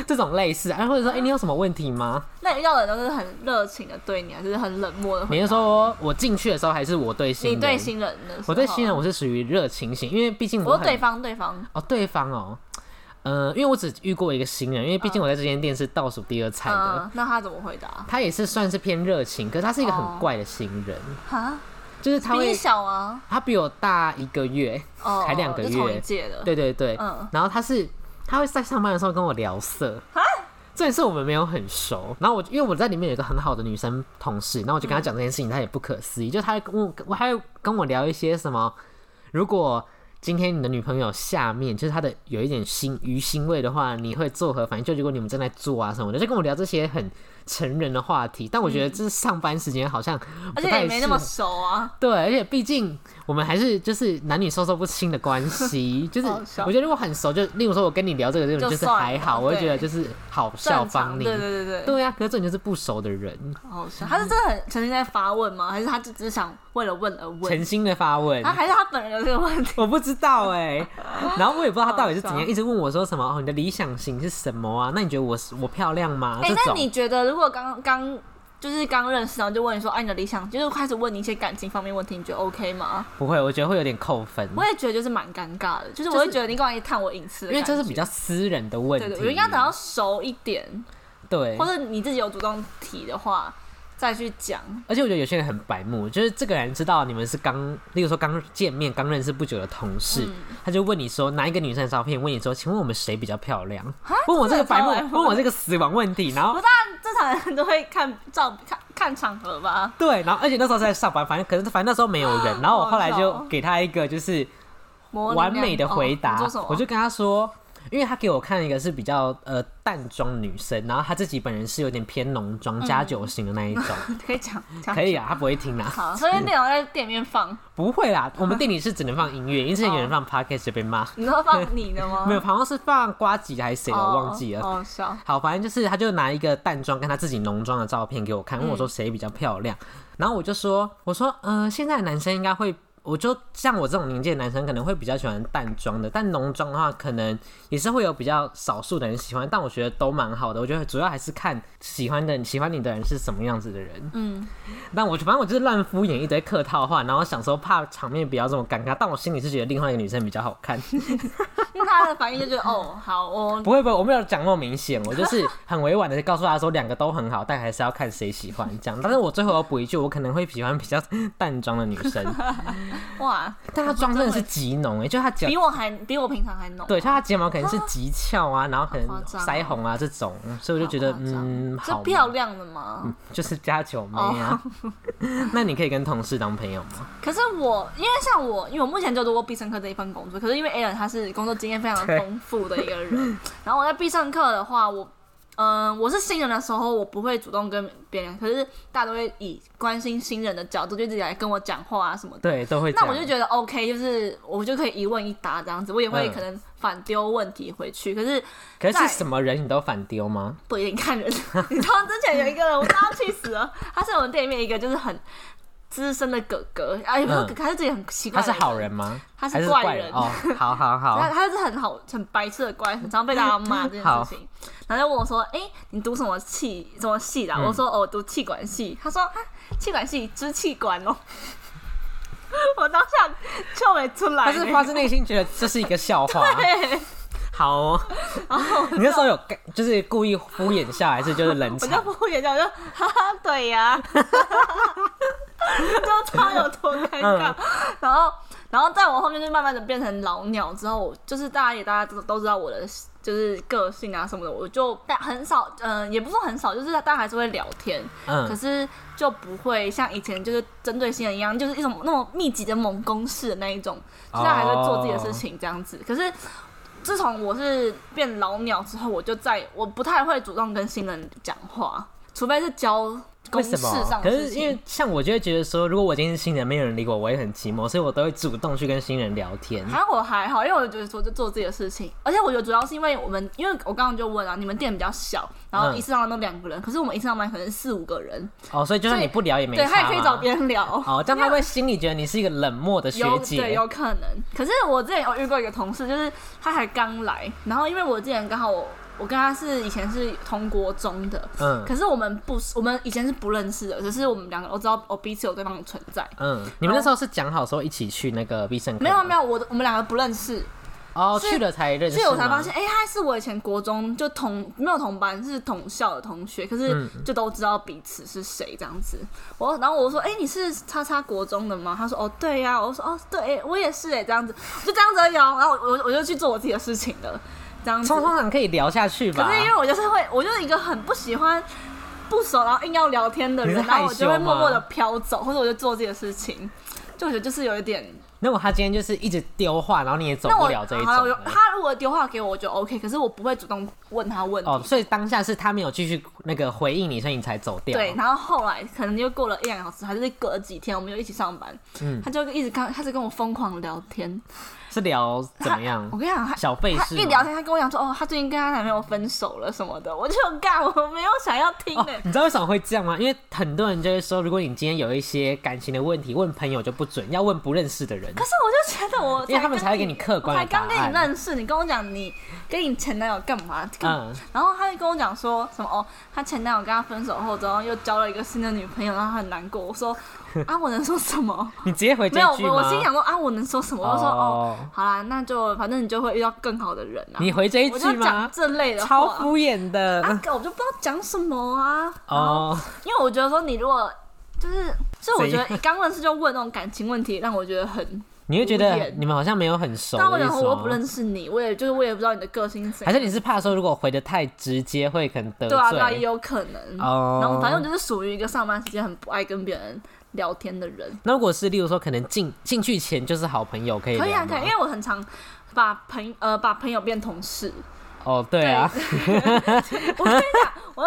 S2: 这种类似，啊，或者说，哎、你有什么问题吗？
S1: 那你遇到的人都是很热情的对你，还是很冷漠的？
S2: 你是说我进去的时候，还是我对新
S1: 啊你
S2: 人？
S1: 对新人的时候，
S2: 我对新人，我是属于热情型，因为毕竟
S1: 我
S2: 我
S1: 说对
S2: 很
S1: 方对方，
S2: 哦，对方哦，呃，因为我只遇过一个新人，因为毕竟我在这间店是倒数第二菜的。
S1: 嗯，那他怎么回答？
S2: 他也是算是偏热情，可是他是一个很
S1: 哦
S2: 怪的新人，
S1: 哈，
S2: 就是他
S1: 比你
S2: 会
S1: 小啊，
S2: 他比我大一个月，
S1: 哦，
S2: 才两个
S1: 就同一
S2: 月
S1: 届的，
S2: 对对对，
S1: 嗯
S2: 然后他是他会在上班的时候跟我聊色，这也是我们没有很熟。然后我因为我在里面有一个很好的女生同事，然后我就跟她讲这件事情，她也不可思议，就她还跟我我还跟我聊一些什么，如果。今天你的女朋友下面就是她的有一点腥鱼腥味的话，你会作何反应？就如果你们正在做啊什么的，就跟我聊这些很成人的话题。但我觉得这是上班时间好像不
S1: 嗯而且
S2: 太
S1: 也没那么
S2: 适合
S1: 熟啊。
S2: 对，而且毕竟我们还是就是男女授受不亲的关 系，就是
S1: 好笑
S2: 我觉得如果很熟，就例如说我跟你聊这个这种，
S1: 就
S2: 就是
S1: 算
S2: 还
S1: 了
S2: 好，我会觉得
S1: 对
S2: 就是好笑
S1: 正
S2: 帮
S1: 常，
S2: 你。
S1: 对对对对，
S2: 对啊，可是这种就是不熟的人，
S1: 好笑。他是真的很曾经在发问吗？还是他就只是想为了问而问？
S2: 诚心的发问
S1: 啊，，还是他本人有这个问题？
S2: 我不知道哎、 然后我也不知道他到底是怎
S1: 好
S2: 样，
S1: 笑
S2: 一直问我说什么哦，你的理想型是什么啊？那你觉得我是我漂亮吗？
S1: 哎、
S2: 这
S1: 那你
S2: 种
S1: 觉得如果刚刚就是刚认识，然后就问你说，哎、你的理想，就是开始问你一些感情方面问题，你觉得 OK 吗？
S2: 不会，我觉得会有点扣分，
S1: 我也觉得就是蛮尴尬的，就是
S2: 就是
S1: 我会觉得你干嘛一探我隐私的
S2: 因为
S1: 感觉，
S2: 这是比较私人的问
S1: 对
S2: 题。
S1: 对，我应该等到熟一点，
S2: 对
S1: 或，者你自己有主动提的话，再去讲。
S2: 而且我觉得有些人很白目，就是这个人知道你们是刚，例如说刚见面、刚认识不久的同
S1: 嗯
S2: 事，他就问你说拿一个女生的照片，问你说，请问我们谁比较漂亮？问我这个白目
S1: 这个超白，目
S2: 问我这个死亡问题，然后
S1: 不大，正常人都会看照看看场合吧。
S2: 对，然后而且那时候在上班，反正可是反正那时候没有人，然后我后来
S1: 好
S2: 就
S1: 笑
S2: 给他一个就是
S1: 啊模棱
S2: 完
S1: 两
S2: 美的回
S1: 哦
S2: 答
S1: 你做什么，
S2: 我就跟他说。因为他给我看一个是比较呃淡妆女生，然后她自己本人是有点偏浓妆
S1: 嗯
S2: 加酒型的那一种，
S1: 可以讲，讲
S2: 可以啊，他不会听啊。
S1: 好，所以内容在店里面放，
S2: 不会啦，我们店里是只能放音乐，因为之前有人放 podcast 就被骂，
S1: 你都 放你的吗？
S2: 没有，好像是放瓜吉还是谁的，
S1: 哦，
S2: 我忘记了。
S1: 好笑。
S2: 好，反正就是他就拿一个淡妆跟他自己浓妆的照片给我看，问我说谁比较漂亮，然后我就说，我说，呃，现在的男生应该会。我就像我这种年纪的男生，可能会比较喜欢淡妆的，但浓妆的话，可能也是会有比较少数的人喜欢，但我觉得都蛮好的。我觉得主要还是看喜欢的喜欢你的人是什么样子的人。
S1: 嗯，
S2: 但我反正我就是乱敷衍一堆客套话，然后想说怕场面不要这么尴尬，但我心里是觉得另外一个女生比较好看。
S1: 因为他的反应就觉得哦，好，我
S2: 不会不会，我没有讲那么明显，我就是很委婉的告诉她说两个都很好，但还是要看谁喜欢这样。但是我最后要补一句，我可能会喜欢比较淡妆的女生，
S1: 哇，
S2: 但她妆真的是极浓哎，就她脚
S1: 比我还比我平常还浓。
S2: 对，像她睫毛可能是极翘啊，然后可能
S1: 好夸张哦
S2: 腮红啊这种，所以我就觉得
S1: 好夸张
S2: 嗯
S1: 是
S2: 好
S1: 漂亮哦的吗？
S2: 就是加九妹啊。那你可以跟同事当朋友吗？
S1: 可是我因为像我，因为我目前就读过必胜客这一份工作，可是因为 a l a n 他是工作经验非常
S2: 对
S1: 丰富的一个 人，然后我在必胜客的话，我嗯、我是新人的时候，我不会主动跟别人，可是大家都会以关心新人的角度就一直来跟我讲话啊什么的。
S2: 对，都会这
S1: 那
S2: 样。
S1: 我就觉得 OK，就是我就可以一问一答这样子，我也会
S2: 嗯
S1: 可能反丢问题回去，可是
S2: 可是
S1: 在
S2: 是什么人你都反丢吗？
S1: 不一定看 人。你知道之前有一个人，我真的要气死了，他是我们店里面一个就是很资深的哥哥，啊也不是
S2: 嗯
S1: 哥哥，他是自己很奇怪
S2: 他
S1: 的，
S2: 是好人吗？
S1: 他
S2: 还
S1: 是
S2: 是
S1: 怪
S2: 人哦，好
S1: 他
S2: 好好，
S1: 他是很好很白痴的怪，很常被大家骂这件
S2: 好
S1: 事情。然后就问我说：“哎、你读什么气什么系的啊、
S2: 嗯
S1: 我说：“哦，我读气管系。”他说：“啊，气管系支气管哦。” 我当下就没出来、
S2: 他是 发自内心觉得这是一个笑话。
S1: 对，
S2: 好哦， 你那时候有干就是故意敷衍下来，还是就是冷
S1: 我就
S2: 场？
S1: 不演讲，我就哈哈，对呀、 就超有多尴尬。然后，然后在我后面就慢慢的变成老鸟之后，我就是大家也大家都都知道我的就是个性啊什么的，我就但很少，嗯、也不是说很少，就是大家还是会聊天，可
S2: 嗯，
S1: 是就不会像以前就是针对新人一样，就是一种那种密集的猛攻式的那一种，就他还会做自己的事情这样
S2: 哦
S1: 子。可是自从我是变老鸟之后，我就再我不太会主动跟新人讲话，除非是教公
S2: 为什
S1: 事
S2: 么
S1: 上？
S2: 可
S1: 的
S2: 是
S1: 事
S2: 因为
S1: 情。
S2: 像我就会觉得说，如果我今天是新人，没有人理我，我也很寂寞，所以我都会主动去跟新人聊天。
S1: 还啊我还好，因为我觉得说就做自己的事情，而且我觉得主要是因为我们，因为我刚刚就问啊，你们店比较小，然后
S2: 嗯
S1: 一次上班都两个人，可是我们一次上班可能四五个人，
S2: 哦，所以就
S1: 所
S2: 算
S1: 以
S2: 你不聊也没
S1: 对
S2: 差
S1: 他也可以
S2: 嘛
S1: 找别人聊。
S2: 哦，这样他会心里觉得你是一个冷漠的学
S1: 有对，
S2: 姐。
S1: 有可能。可是我之前有遇过一个同事，就是他还刚来，然后因为我之前刚好我我跟他是以前是同国中的，
S2: 嗯
S1: 可是我们不我们以前是不认识的，只是我们两个都知道哦彼此有对方的存在。
S2: 嗯，你们那时候是讲好说一起去那个必胜客？
S1: 没有没，有，我的我们两个不认识，
S2: 哦，
S1: 是
S2: 去了才认识吗，
S1: 所以我才发现，哎、他是我以前国中就同没有同班，是同校的同学，可
S2: 嗯
S1: 是就都知道彼此是谁这样子。我然后我说，哎、你是叉叉国中的吗？他说，哦，对呀、我说，哦，对、哎我也是哎、这样子，就这样子而已哦。然后我我我就去做我自己的事情了，这样子。
S2: 通通常可以聊下去吧
S1: 可是。因为我就是会，我就是一个很不喜欢不熟然后硬要聊天的
S2: 你
S1: 人，然
S2: 是
S1: 后
S2: 害
S1: 我
S2: 羞
S1: 就会默默
S2: 吗
S1: 的飘走，或者我就做自己的事情。就我觉得就是有一点，
S2: 那我他今天就是一直丢话，然后你也走
S1: 那
S2: 不
S1: 我
S2: 了这一
S1: 好
S2: 种
S1: 我
S2: 了。
S1: 他如果丢话给我，我就 OK，可是我不会主动问他问题。
S2: 哦，所以当下是他没有继续那个回应你，所以你才走掉。
S1: 对，，然后后来可能又过了一两个小时，还是隔了几天，我们就一起上班，
S2: 嗯
S1: 他就一直刚开始跟我疯狂聊天，
S2: 是聊怎么
S1: 他
S2: 样
S1: 我？跟你讲，他
S2: 小费
S1: 他
S2: 是
S1: 一
S2: 吗
S1: 聊天，他跟我讲说，哦，他最近跟他男朋友分手了什么的，我就干，我没有想要听
S2: 哦
S1: 的、，
S2: 你知道为什么会这样吗？因为很多人就会说，如果你今天有一些感情的问题，问朋友就不准，要问不认识的人
S1: 可。是我就觉得我，
S2: 因为他们才会给你客观
S1: 我才
S2: 的
S1: 刚跟
S2: 答案
S1: 你认识，你跟我讲你跟你前男友干嘛？干嘛
S2: 嗯
S1: 然后他就跟我讲说什么哦，他前男友跟他分手后，然后又交了一个新的女朋友，然后他很难过。我 说啊，我能说什么？
S2: 你直接回这
S1: 没有，
S2: 句吗？
S1: 我我 心想说啊，我能说什么？我就说
S2: 哦
S1: 哦，好啦，那就反正你就会遇到更好的人啊。
S2: 你回这一
S1: 我
S2: 句
S1: 就讲
S2: 吗？
S1: 这类的话
S2: 超敷衍
S1: 啊
S2: 的。，
S1: 我就不知道讲什么啊。
S2: 哦，
S1: 因为我觉得说你如果就是，所以我觉
S2: 怎
S1: 得刚认识就问那种感情问题，让我觉得很。
S2: 你会觉
S1: 敷
S2: 得
S1: 衍
S2: 你们好像没有很熟
S1: 但我
S2: 的意
S1: 想
S2: 思
S1: 说，
S2: 吗？
S1: 我又不认识你，我也就是我也不知道你的个性是怎
S2: 还
S1: 样。
S2: 是你是怕说，如果回的太直接，会可能得
S1: 对啊，对啊，也
S2: 罪？
S1: 有可能。
S2: 哦
S1: 然后反正我就是属于一个上班时间很不爱跟别人聊天的人。
S2: 那如果是，例如说，可能进进去前就是好朋友，可以
S1: 可以啊，
S2: 聊
S1: 可以，
S2: 吗
S1: 因为我很常把朋呃把朋友变同事。
S2: 哦，对啊，
S1: 我跟你讲，我那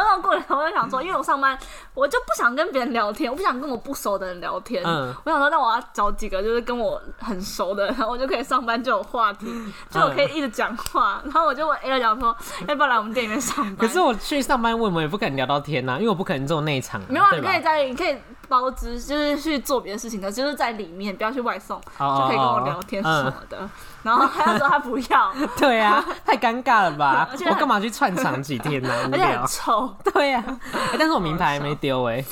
S1: 时候过年，我就想说，因为我上班，我就不想跟别人聊天，我不想跟我不熟的人聊天。
S2: 嗯
S1: 我想说，那我要找几个就是跟我很熟的，然后我就可以上班就有话题，就我可
S2: 嗯
S1: 以一直讲话。然后我就问 A 了讲说，要不要来我们店里面上班？
S2: 可是我去上班，我们也不可能聊到天呐、因为我不可能做内场、啊，
S1: 没有啊，
S2: 对
S1: 你
S2: 吧
S1: 可以在，你可以包资，就是去做别的事情的，就是在里面，不要去外送，
S2: 哦嗯
S1: 就可以跟我聊天什么的。然后他说他不 要， ？
S2: 对啊，太尴尬了吧
S1: 而且
S2: 我干嘛去串场几天呢、 无
S1: 而且啊很
S2: 聊。
S1: 臭，
S2: 对呀、 欸但是我名牌还没丢哎、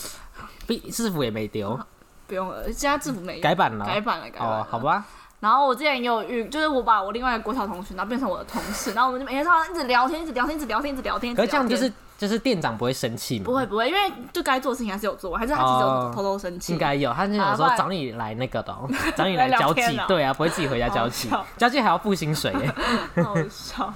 S2: 不制服也没丢，
S1: 不用了，现在制服没有
S2: 改版了。
S1: 改版了，改版了
S2: 哦，好。吧，
S1: 然后我之前也有遇，就是我把我另外一个国小同学，然后变成我的同事，然后我们就每天上一直聊天，一直聊天，一直聊天，一直聊天。
S2: 可是这样
S1: 一
S2: 就
S1: 直聊天
S2: 是就是店长不会生气嘛？
S1: 不会不会，因为就该做的事情还是有做完，还是他其实有
S2: 哦
S1: 偷偷生气。
S2: 应该有，他就想
S1: 啊
S2: 说
S1: 不然
S2: 找你来那个 的哦、找你来
S1: 来聊
S2: 交
S1: 天
S2: 际
S1: 啊，
S2: 对啊，不会自己回家交际
S1: 好笑，
S2: 交际还要付薪水 耶、
S1: 好笑。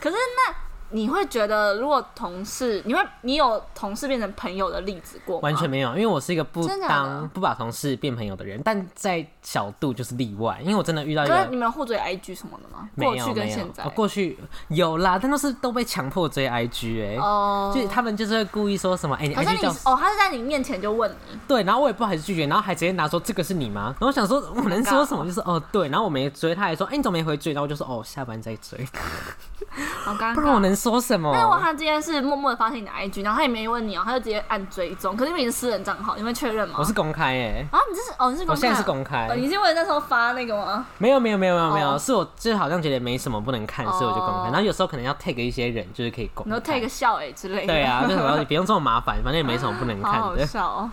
S1: 可是那你会觉得，如果同事，你会你有同事变成朋友的例子过吗？
S2: 完全没有，因为我是一个不
S1: 真的假的
S2: 当不把同事变朋友的人，但在小度就是例外，因为我真的遇到一
S1: 可
S2: 个
S1: 是你们互追 IG 什么的吗？
S2: 没有
S1: 过去跟
S2: 没有
S1: 现在
S2: 哦，过去有啦，但都是都被强迫追 IG 哎、
S1: 哦
S2: 就是他们就是会故意说什么哎、你
S1: 好像
S2: IG
S1: 你
S2: 叫
S1: 是哦，他是在你面前就问你，
S2: 对，然后我也不好意思拒绝，然后还直接拿说这个是你吗？然后我想说我能说什么，就是哦对，然后我没追，他还说哎、你怎么没回追？然后我就说哦下班再追，
S1: 好尴
S2: 不然我
S1: 尬。
S2: 能说什
S1: 但如果
S2: 么？
S1: 他今天是默默的发现你的 IG，然后他也没问你哦，他就直接按追踪。可是因为你是私人账号，你会确认吗？
S2: 我是公开哎、
S1: 啊，你这是哦，你是公开啊
S2: 我现在是公开
S1: 哦，你是为了那时候发那个吗？
S2: 没有没有没有没有没有
S1: 哦
S2: 是我就是好像觉得没什么不能看，所以我就公
S1: 哦
S2: 开。然后有时候可能要 tag 一些人，就是可以公
S1: 你
S2: 开。
S1: 说 take 笑哎之类的。
S2: 对啊，就是说 你不用这么麻烦，反正也没什么不能
S1: 好
S2: 看
S1: 好
S2: 的。
S1: 笑哦。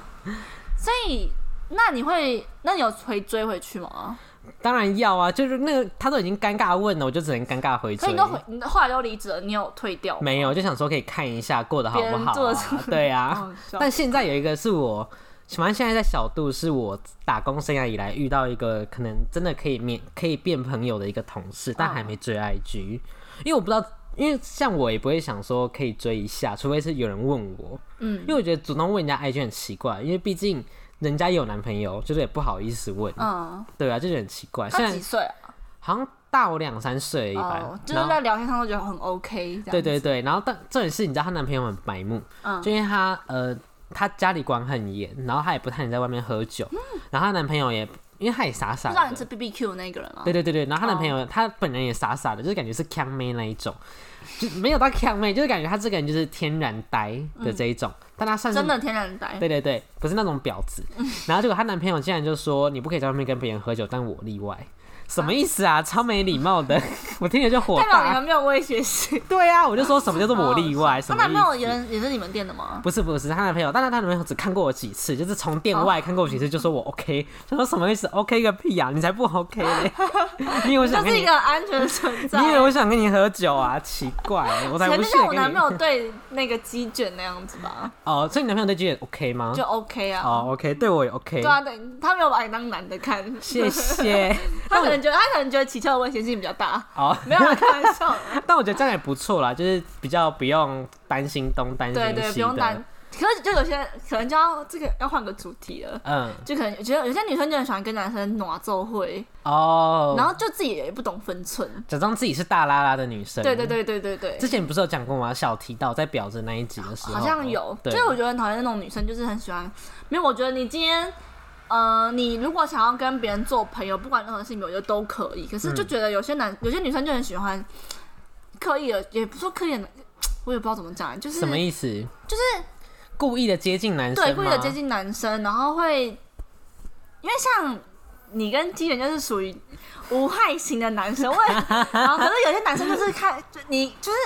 S1: 所以，那你会，那你有回追回去吗？
S2: 当然要啊，就是那个他都已经尴尬问了，我就只能尴尬回
S1: 可
S2: 追
S1: 以。都回，你的后来都离职了，你有退掉吗？
S2: 没有，就想说可以看一下过得好不好、
S1: 别人做什么
S2: 啊，对啊
S1: 好。笑
S2: 但现在有一个是我，反正现在在小度是我打工生涯以来遇到一个可能真的可以面可以变朋友的一个同事，但还没追 IG，、因
S1: 啊
S2: 为我不知道。因为像我也不会想说可以追一下，除非是有人问我，嗯，因为我觉得主动问人家 IG 很奇怪，因为毕竟人家也有男朋友，就是也不好意思问，
S1: 嗯，
S2: 对啊，就是很奇怪。虽
S1: 他
S2: 然
S1: 几岁啊？
S2: 好像大我两三岁而已吧，
S1: 哦，就
S2: 然
S1: 是
S2: 后
S1: 在聊天上都觉得很 OK 这样。
S2: 对，对对，然后但重点是，你知道她男朋友很白目，
S1: 嗯
S2: 就因为她呃，她家里管很严，然后她也不太能在外面喝
S1: 嗯
S2: 酒，然后她男朋友也，因为她也傻
S1: 就
S2: 傻
S1: 让你
S2: 的
S1: 吃，B B Q 那个人吗？
S2: 对对对对，然后她男朋
S1: 嗯
S2: 友她、本人也傻傻的，就是感觉是强妹那一种，就没有到强妹，就是感觉她这个人就是天然呆的这一种，但她算
S1: 嗯
S2: 是
S1: 真的嗯天然呆。
S2: 对对对，不是那种婊子。然后结果她男朋 友竟然就说：“你不可以在外面跟别人喝酒，但我例外。”什么意思啊？超没礼貌的！ 我听着就火
S1: 代表你
S2: 大
S1: 们。没有威胁性。
S2: 对啊，我就说什么叫做我例 外，什
S1: 她
S2: 么
S1: 男朋友
S2: 意
S1: 也
S2: 思？
S1: 是也是你们店的吗？
S2: 不是不是，她男朋友，但是她男朋友只看过我几次，就是从
S1: 哦
S2: 店外看过我几次，就说我 OK，就说什么意思？OK 个屁呀、 你才不 OK 嘞！你以为我
S1: 就
S2: 想跟
S1: 是一
S2: 你
S1: 个，安全的存在。
S2: 你以为我想跟你喝酒啊？奇怪，我才
S1: 前
S2: 不
S1: 面
S2: 是
S1: 像我男
S2: 跟你
S1: 朋。友对那个鸡卷那样子 吧，
S2: 哦，所以你男朋友对这也 OK 吗
S1: 就？OK 啊。
S2: 哦，OK，对我也 OK。
S1: 对啊，对，他没有把你当男的看。
S2: 谢谢。
S1: 他可能觉得他可能觉得骑车的危险性比较大，
S2: 好，
S1: 没有啊啦，开玩笑的。
S2: 但我觉得这样也不错啦，就是比较不用担心东担心
S1: 对
S2: 西
S1: 对，不用
S2: 的
S1: 担。。可是就有些人可能就要这个要换个主题了。
S2: 嗯，
S1: 就可能我觉得有些女生就很喜欢跟男生暖奏会，
S2: 哦，
S1: 然后就自己也不懂分寸。
S2: 假装自己是大拉拉的女生。
S1: 对对。对对对对
S2: 之，前不是有讲过吗？小提到在婊子那一集的时候，
S1: 好像有。
S2: 对
S1: 所以，我觉得很讨厌那种女生，就是很喜欢。没有，我觉得你今天，呃，你如果想要跟别人做朋友，不管任何性别，我觉得都可以。可是
S2: 嗯
S1: 就觉得有些男，有些女生就很喜欢刻意的，也不说刻意的，我也不知道怎么讲，欸就是
S2: 什么意思？
S1: 就是
S2: 故意的接近男生
S1: 嗯对
S2: 吗？
S1: 故意的接近男生，然后会因为像你跟基人就是属于无害型的男生，我也 然后可是有些男生就是看就你就是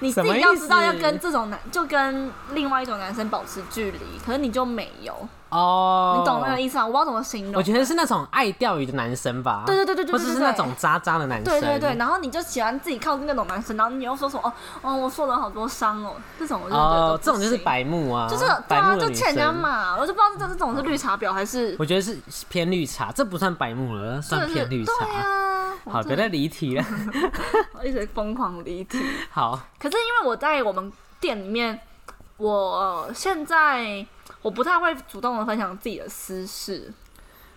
S1: 你自
S2: 什么
S1: 己
S2: 意思
S1: 要知道要跟这种男就跟另外一种男生保持距离，可是你就没有，
S2: 哦，
S1: 你懂那个意思吗？我不知道怎么形容，
S2: 我觉得是那种爱钓鱼的男生吧，
S1: 对对对对对
S2: 或者是
S1: 对对
S2: 那种渣渣的男生，
S1: 对对对，然后你就喜欢自己靠近那种男生，然后你又说什么哦哦我受了好多伤哦，这种我就觉得都
S2: 哦
S1: 不，
S2: 这种就是
S1: 行。
S2: 白目啊，
S1: 就是对
S2: 白
S1: 啊，
S2: 目的
S1: 就
S2: 女
S1: 欠人家
S2: 生。
S1: 嘛，我就不知道这这种是绿茶婊还是
S2: 我觉得是偏绿茶，这不算白目了，
S1: 真
S2: 算
S1: 的是
S2: 偏绿茶。
S1: 对啊，我
S2: 好，别
S1: 真
S2: 再离题了。
S1: 的一直疯狂离题。
S2: 好，
S1: 可是因为我在我们店里面，我现在我不太会主动的分享自己的私事，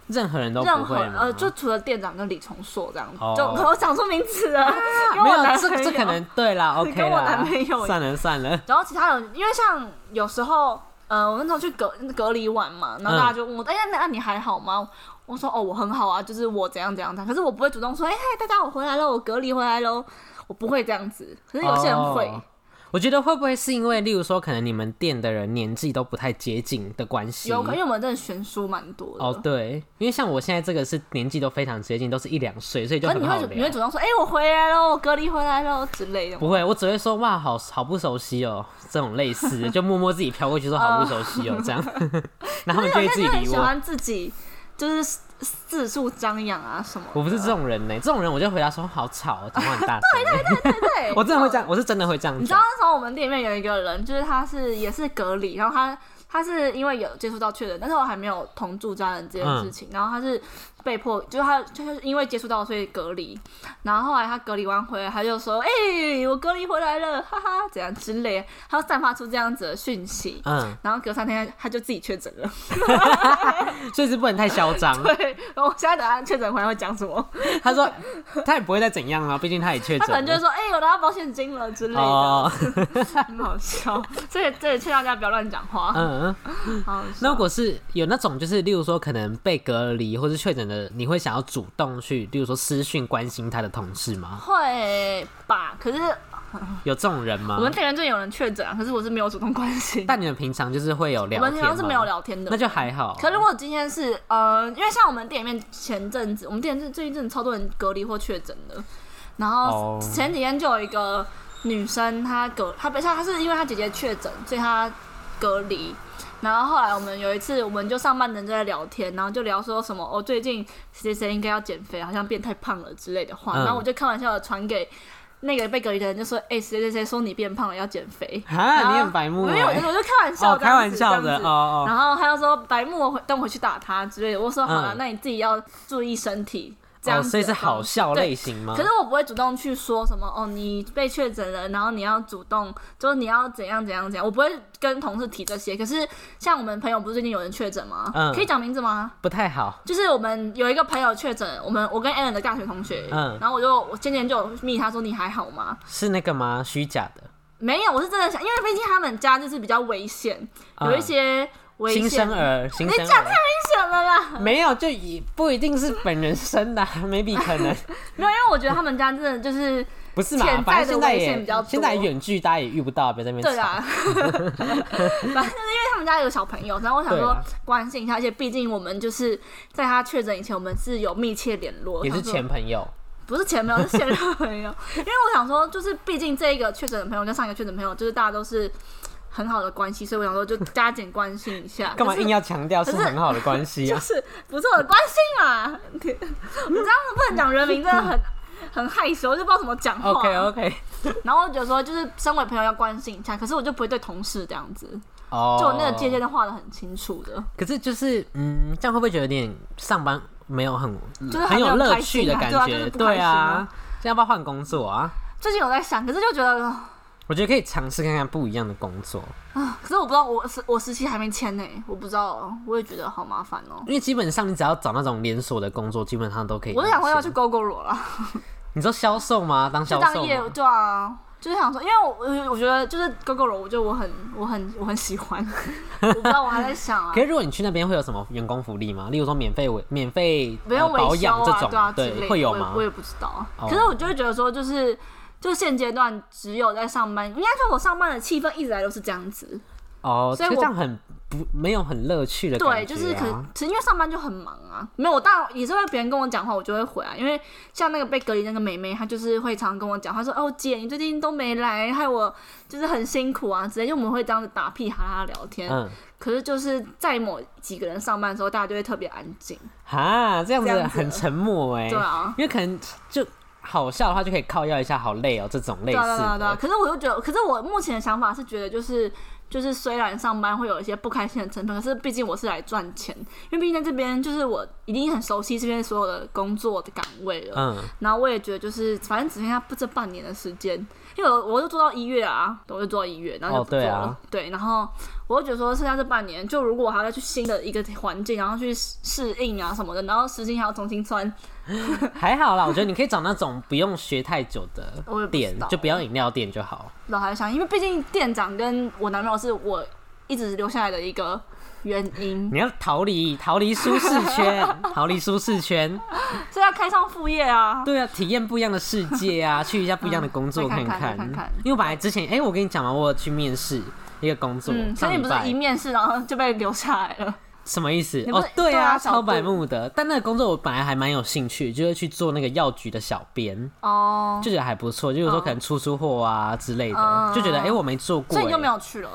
S2: 任何人都
S1: 任
S2: 哦不
S1: 何
S2: 会吗嗯
S1: 呃，就除了店长跟李崇硕这样子，
S2: 哦啊
S1: 就我讲出名字了，跟
S2: 没
S1: 我
S2: 有
S1: 男
S2: 这
S1: 朋友
S2: 这可能对啦
S1: 跟
S2: ，OK
S1: 我
S2: 啦，
S1: 男朋友
S2: 算了算了，
S1: 然后其他人，因为像有时候，呃，我那时候去隔隔离晚嘛，然后
S2: 嗯
S1: 大家就问我，哎、呀，那那你还好吗？我说哦，我很好啊，就是我怎样怎样的。可是我不会主动说，哎、嗨，大家我回来了，我隔离回来喽，我不会这样子。可是有些人会，
S2: 哦我觉得会不会是因为，例如说，可能你们店的人年纪都不太接近的关系？
S1: 有可因为我们真的悬殊蛮多的。
S2: 哦，对，因为像我现在这个是年纪都非常接近，都是一两岁，所以就
S1: 可是
S2: 很
S1: 你
S2: 好
S1: 会你
S2: 聊
S1: 会。主动说，哎、我回来喽，我隔离回来喽之类的吗。
S2: 不会，我只会说哇，好好不熟悉哦，这种类似 的，就默默自己飘过去说好不熟悉哦，这样，然后他们就
S1: 有
S2: 会
S1: 些
S2: 自
S1: 人就
S2: 己
S1: 很
S2: 理
S1: 喜
S2: 我。
S1: 欢自己就是四处张扬啊什么的。
S2: 我不是这种人呢、这种人我就回答说好吵、哦，讲话很大声。
S1: 对对，
S2: 我真的会这样，我是真的会这样
S1: 你知
S2: 讲
S1: 道。那时候我们店里面有一个人，就是他是也是隔离，然后他他是因为有接触到确诊，但是我还没有同住家人这件事
S2: 嗯
S1: 情，然后他是被迫，就是他就是因为接触到所以隔离，然后后来他隔离完回来，他就说：“哎、我隔离回来了，哈哈，怎样之类的。”他就散发出这样子的讯息。
S2: 嗯，
S1: 然后隔三天，他就自己确诊 了。
S2: 所以是不能太嚣张。
S1: 对，然后我现在等他确诊回来会讲什么？
S2: 他说他也不会再怎样啊，毕竟他也确
S1: 他可能
S2: 诊
S1: 就是
S2: 了。
S1: 说：“哎、我拿到保险金了之类的，
S2: 哦，
S1: 很好笑。”所以，这也劝大家不要乱讲话。
S2: 嗯，
S1: 好好
S2: 那
S1: 笑
S2: 如果是有那种，就是例如说可能被隔离或是确诊的，你会想要主动去，例如说私讯关心他的同事吗？
S1: 会吧？可是
S2: 有这种人吗
S1: 我？们店员就有人确诊啊，可是我是没有主动关心。
S2: 但你们平常就是会有
S1: 我
S2: 聊
S1: 们
S2: 天
S1: 平
S2: 吗？
S1: 常是没有，聊天的。
S2: 那就还好。啊
S1: 可如果今天是呃，因为像我们店里面前阵子，我们店是最近阵子超多人隔离或确诊的，然后
S2: 哦
S1: 前几天就有一个女生，她隔她不是她是因为她姐姐确诊，所以她隔离。然后后来我们有一次，我们就上班的人就在聊天，然后就聊说什么哦，最近谁谁谁应该要减肥，好像变太胖了之类的话。
S2: 嗯
S1: 然后我就开玩笑的传给那个被隔离的人，就说哎，谁谁谁说你变胖了，要减肥。然
S2: 啊，
S1: 后
S2: 你很白目
S1: 没有，我
S2: 欸
S1: 就我就开玩笑
S2: 哦，
S1: 这样子，
S2: 开玩笑
S1: 这
S2: 的
S1: 样子
S2: 哦哦
S1: 然后他又说白目，我回等我回去打他之类的。我说好了，
S2: 嗯
S1: 那你自己要注意身体，这样
S2: 哦，
S1: 子、
S2: 所以是好笑
S1: 对
S2: 类型吗
S1: 可？是我不会主动去说什么哦，你被确诊了，然后你要主动，就是你要怎样怎样怎样，我不会跟同事提这些。可是像我们朋友不是最近有人确诊吗？
S2: 嗯
S1: 可以讲名字吗？
S2: 不太好，
S1: 就是我们有一个朋友确诊，我们我跟 Allen 的大学同学，
S2: 嗯
S1: 然后我就我今天就有密他说你还好吗？
S2: 是那个吗？虚假的，
S1: 没有，我是真的想，因为毕竟他们家就是比较危险，有一
S2: 嗯
S1: 些危险
S2: 新生儿，新生
S1: 你讲
S2: 儿。
S1: 危险了啦。
S2: 没有，就也不一定是本人生的啊、没 a 可 能
S1: 没有，因为我觉得他们家真的就是
S2: 不是嘛
S1: 潜在？的
S2: 反正现在
S1: 危险
S2: 也
S1: 比较多
S2: 现在远距大家也遇不到，别在那边
S1: 对啊
S2: 吵。
S1: 啦， 反正就是因为他们家有小朋友，然后我想
S2: 对啊
S1: 说
S2: 啦
S1: 关心一下，而且毕竟我们就是在他确诊以前，我们是有密切联络，
S2: 也是
S1: 想说
S2: 前朋友，
S1: 不是前朋 友，是现任朋友。因为我想说，就是毕竟这一个确诊的朋友跟上一个确诊朋友，就是大家都是很好的关系，所以我想说就加紧关心一下。
S2: 干嘛
S1: 啊可是
S2: 硬要强调是
S1: 可是
S2: 很好的关系
S1: 就
S2: 啊？
S1: 是不错的关心嘛。 你这样子不能讲人名，真的很很害羞，就不知道怎么讲话。 啊
S2: OK OK，
S1: 然后我就说，就是身为朋友要关心一下，可是我就不会对同事这样子，
S2: 哦，
S1: 就我那个界限都画的很清楚的。
S2: 可是就是嗯，这样会不会觉得有点上班没有很
S1: 就是
S2: 很
S1: 很
S2: 有
S1: 有
S2: 乐
S1: 开
S2: 趣
S1: 心
S2: 的
S1: 啊
S2: 感
S1: 对啊就
S2: 觉？
S1: 是不开
S2: 对
S1: 心
S2: 啊
S1: 啊，
S2: 这样要不要换工作啊？
S1: 最近有在想，可是就觉得，
S2: 我觉得可以尝试看看不一样的工作，
S1: 啊，可是我不知道我实我实习还没签呢，我不知道，我也觉得好麻烦哦。
S2: 因为基本上你只要找那种连锁的工作，基本上都可以。
S1: 我就想说要去，g o g o 罗了，
S2: 你说销售吗？当
S1: 就
S2: 嗯销
S1: 当
S2: 售
S1: 业务
S2: 吗？
S1: 对啊，就是想说，因为我我我觉得就是 g o g o 罗，我觉得我很我很我很喜欢，我不知道我还在想啊
S2: 可，是如果你去那边会有什么员工福利吗？例如说免费维免费、
S1: 不
S2: 呃、
S1: 用
S2: 保
S1: 维修
S2: 养这
S1: 啊，
S2: 种，
S1: 对啊之类
S2: 对，
S1: 的，
S2: 会有
S1: 我也
S2: 吗
S1: 我？也不知道
S2: 哦，
S1: 可是我就会觉得说，就是就现阶段只有在上班，应该说我上班的气氛一直来都是这样子，
S2: 哦，
S1: 所以
S2: 就
S1: 我
S2: 这样很不没有很乐趣的感觉、啊。
S1: 对，就是可其实因为上班就很忙啊，没有，我当然也是会别人跟我讲话，我就会回啊。因为像那个被隔离那个妹妹，她就是会常常跟我讲，她说：“哦，姐，你最近都没来，害我就是很辛苦啊。”之类，就我们会这样子打屁哈哈聊天。
S2: 嗯，
S1: 可是就是在某几个人上班的时候，大家就会特别安静。
S2: 哈，这样
S1: 这
S2: 子
S1: 样子
S2: 很沉默哎、
S1: 对啊，
S2: 因为可能就好笑的话就可以靠要一下，好累哦、这种类
S1: 对
S2: 似
S1: 啊，对啊，对啊。
S2: 的。
S1: 可是我又觉得，可是我目前的想法是觉得就是。就是虽然上班会有一些不开心的成分，可是毕竟我是来赚钱，因为毕竟在这边就是我已经很熟悉这边所有的工作的岗位了，
S2: 嗯，
S1: 然后我也觉得就是，反正只剩下不这半年的时间，因为我我就做到一月啊，我就做到一月，然后就
S2: 哦
S1: 不做
S2: 对
S1: 了。
S2: 啊
S1: 对，然后我就觉得说，剩下这半年，就如果我还要再去新的一个环境，然后去适适应啊什么的，然后时薪还要重新穿，
S2: 还好啦，我觉得你可以找那种不用学太久的
S1: 我也不知
S2: 店
S1: 道，
S2: 就不要饮料店就好。
S1: 然后还想，因为毕竟店长跟我男朋友是我一直留下来的一个原因，
S2: 你要逃离逃离舒适 圈，逃离舒适圈。
S1: 所以要开上副业啊。
S2: 对啊，体验不一样的世界 啊，去一下不一样的工作
S1: 嗯再看
S2: 看。
S1: 看再看看
S2: 因为我本来之前，哎、我跟你讲嘛，我有去面试一个工作，
S1: 嗯，所
S2: 上
S1: 以
S2: 礼
S1: 你不是
S2: 拜
S1: 一面试然后就被留下来了，
S2: 什么意思？
S1: 你不
S2: 哦
S1: 是，
S2: 对
S1: 对啊
S2: 啊，
S1: 小
S2: 超百
S1: 度
S2: 目的。但那个工作我本来还蛮有兴趣，就是去做那个药局的小编，
S1: 哦，
S2: 就觉得还不错。就是说可能出出货啊之类的，
S1: 嗯
S2: 就觉得哎、我没做过、
S1: 所以你就没
S2: 有。
S1: 有去了。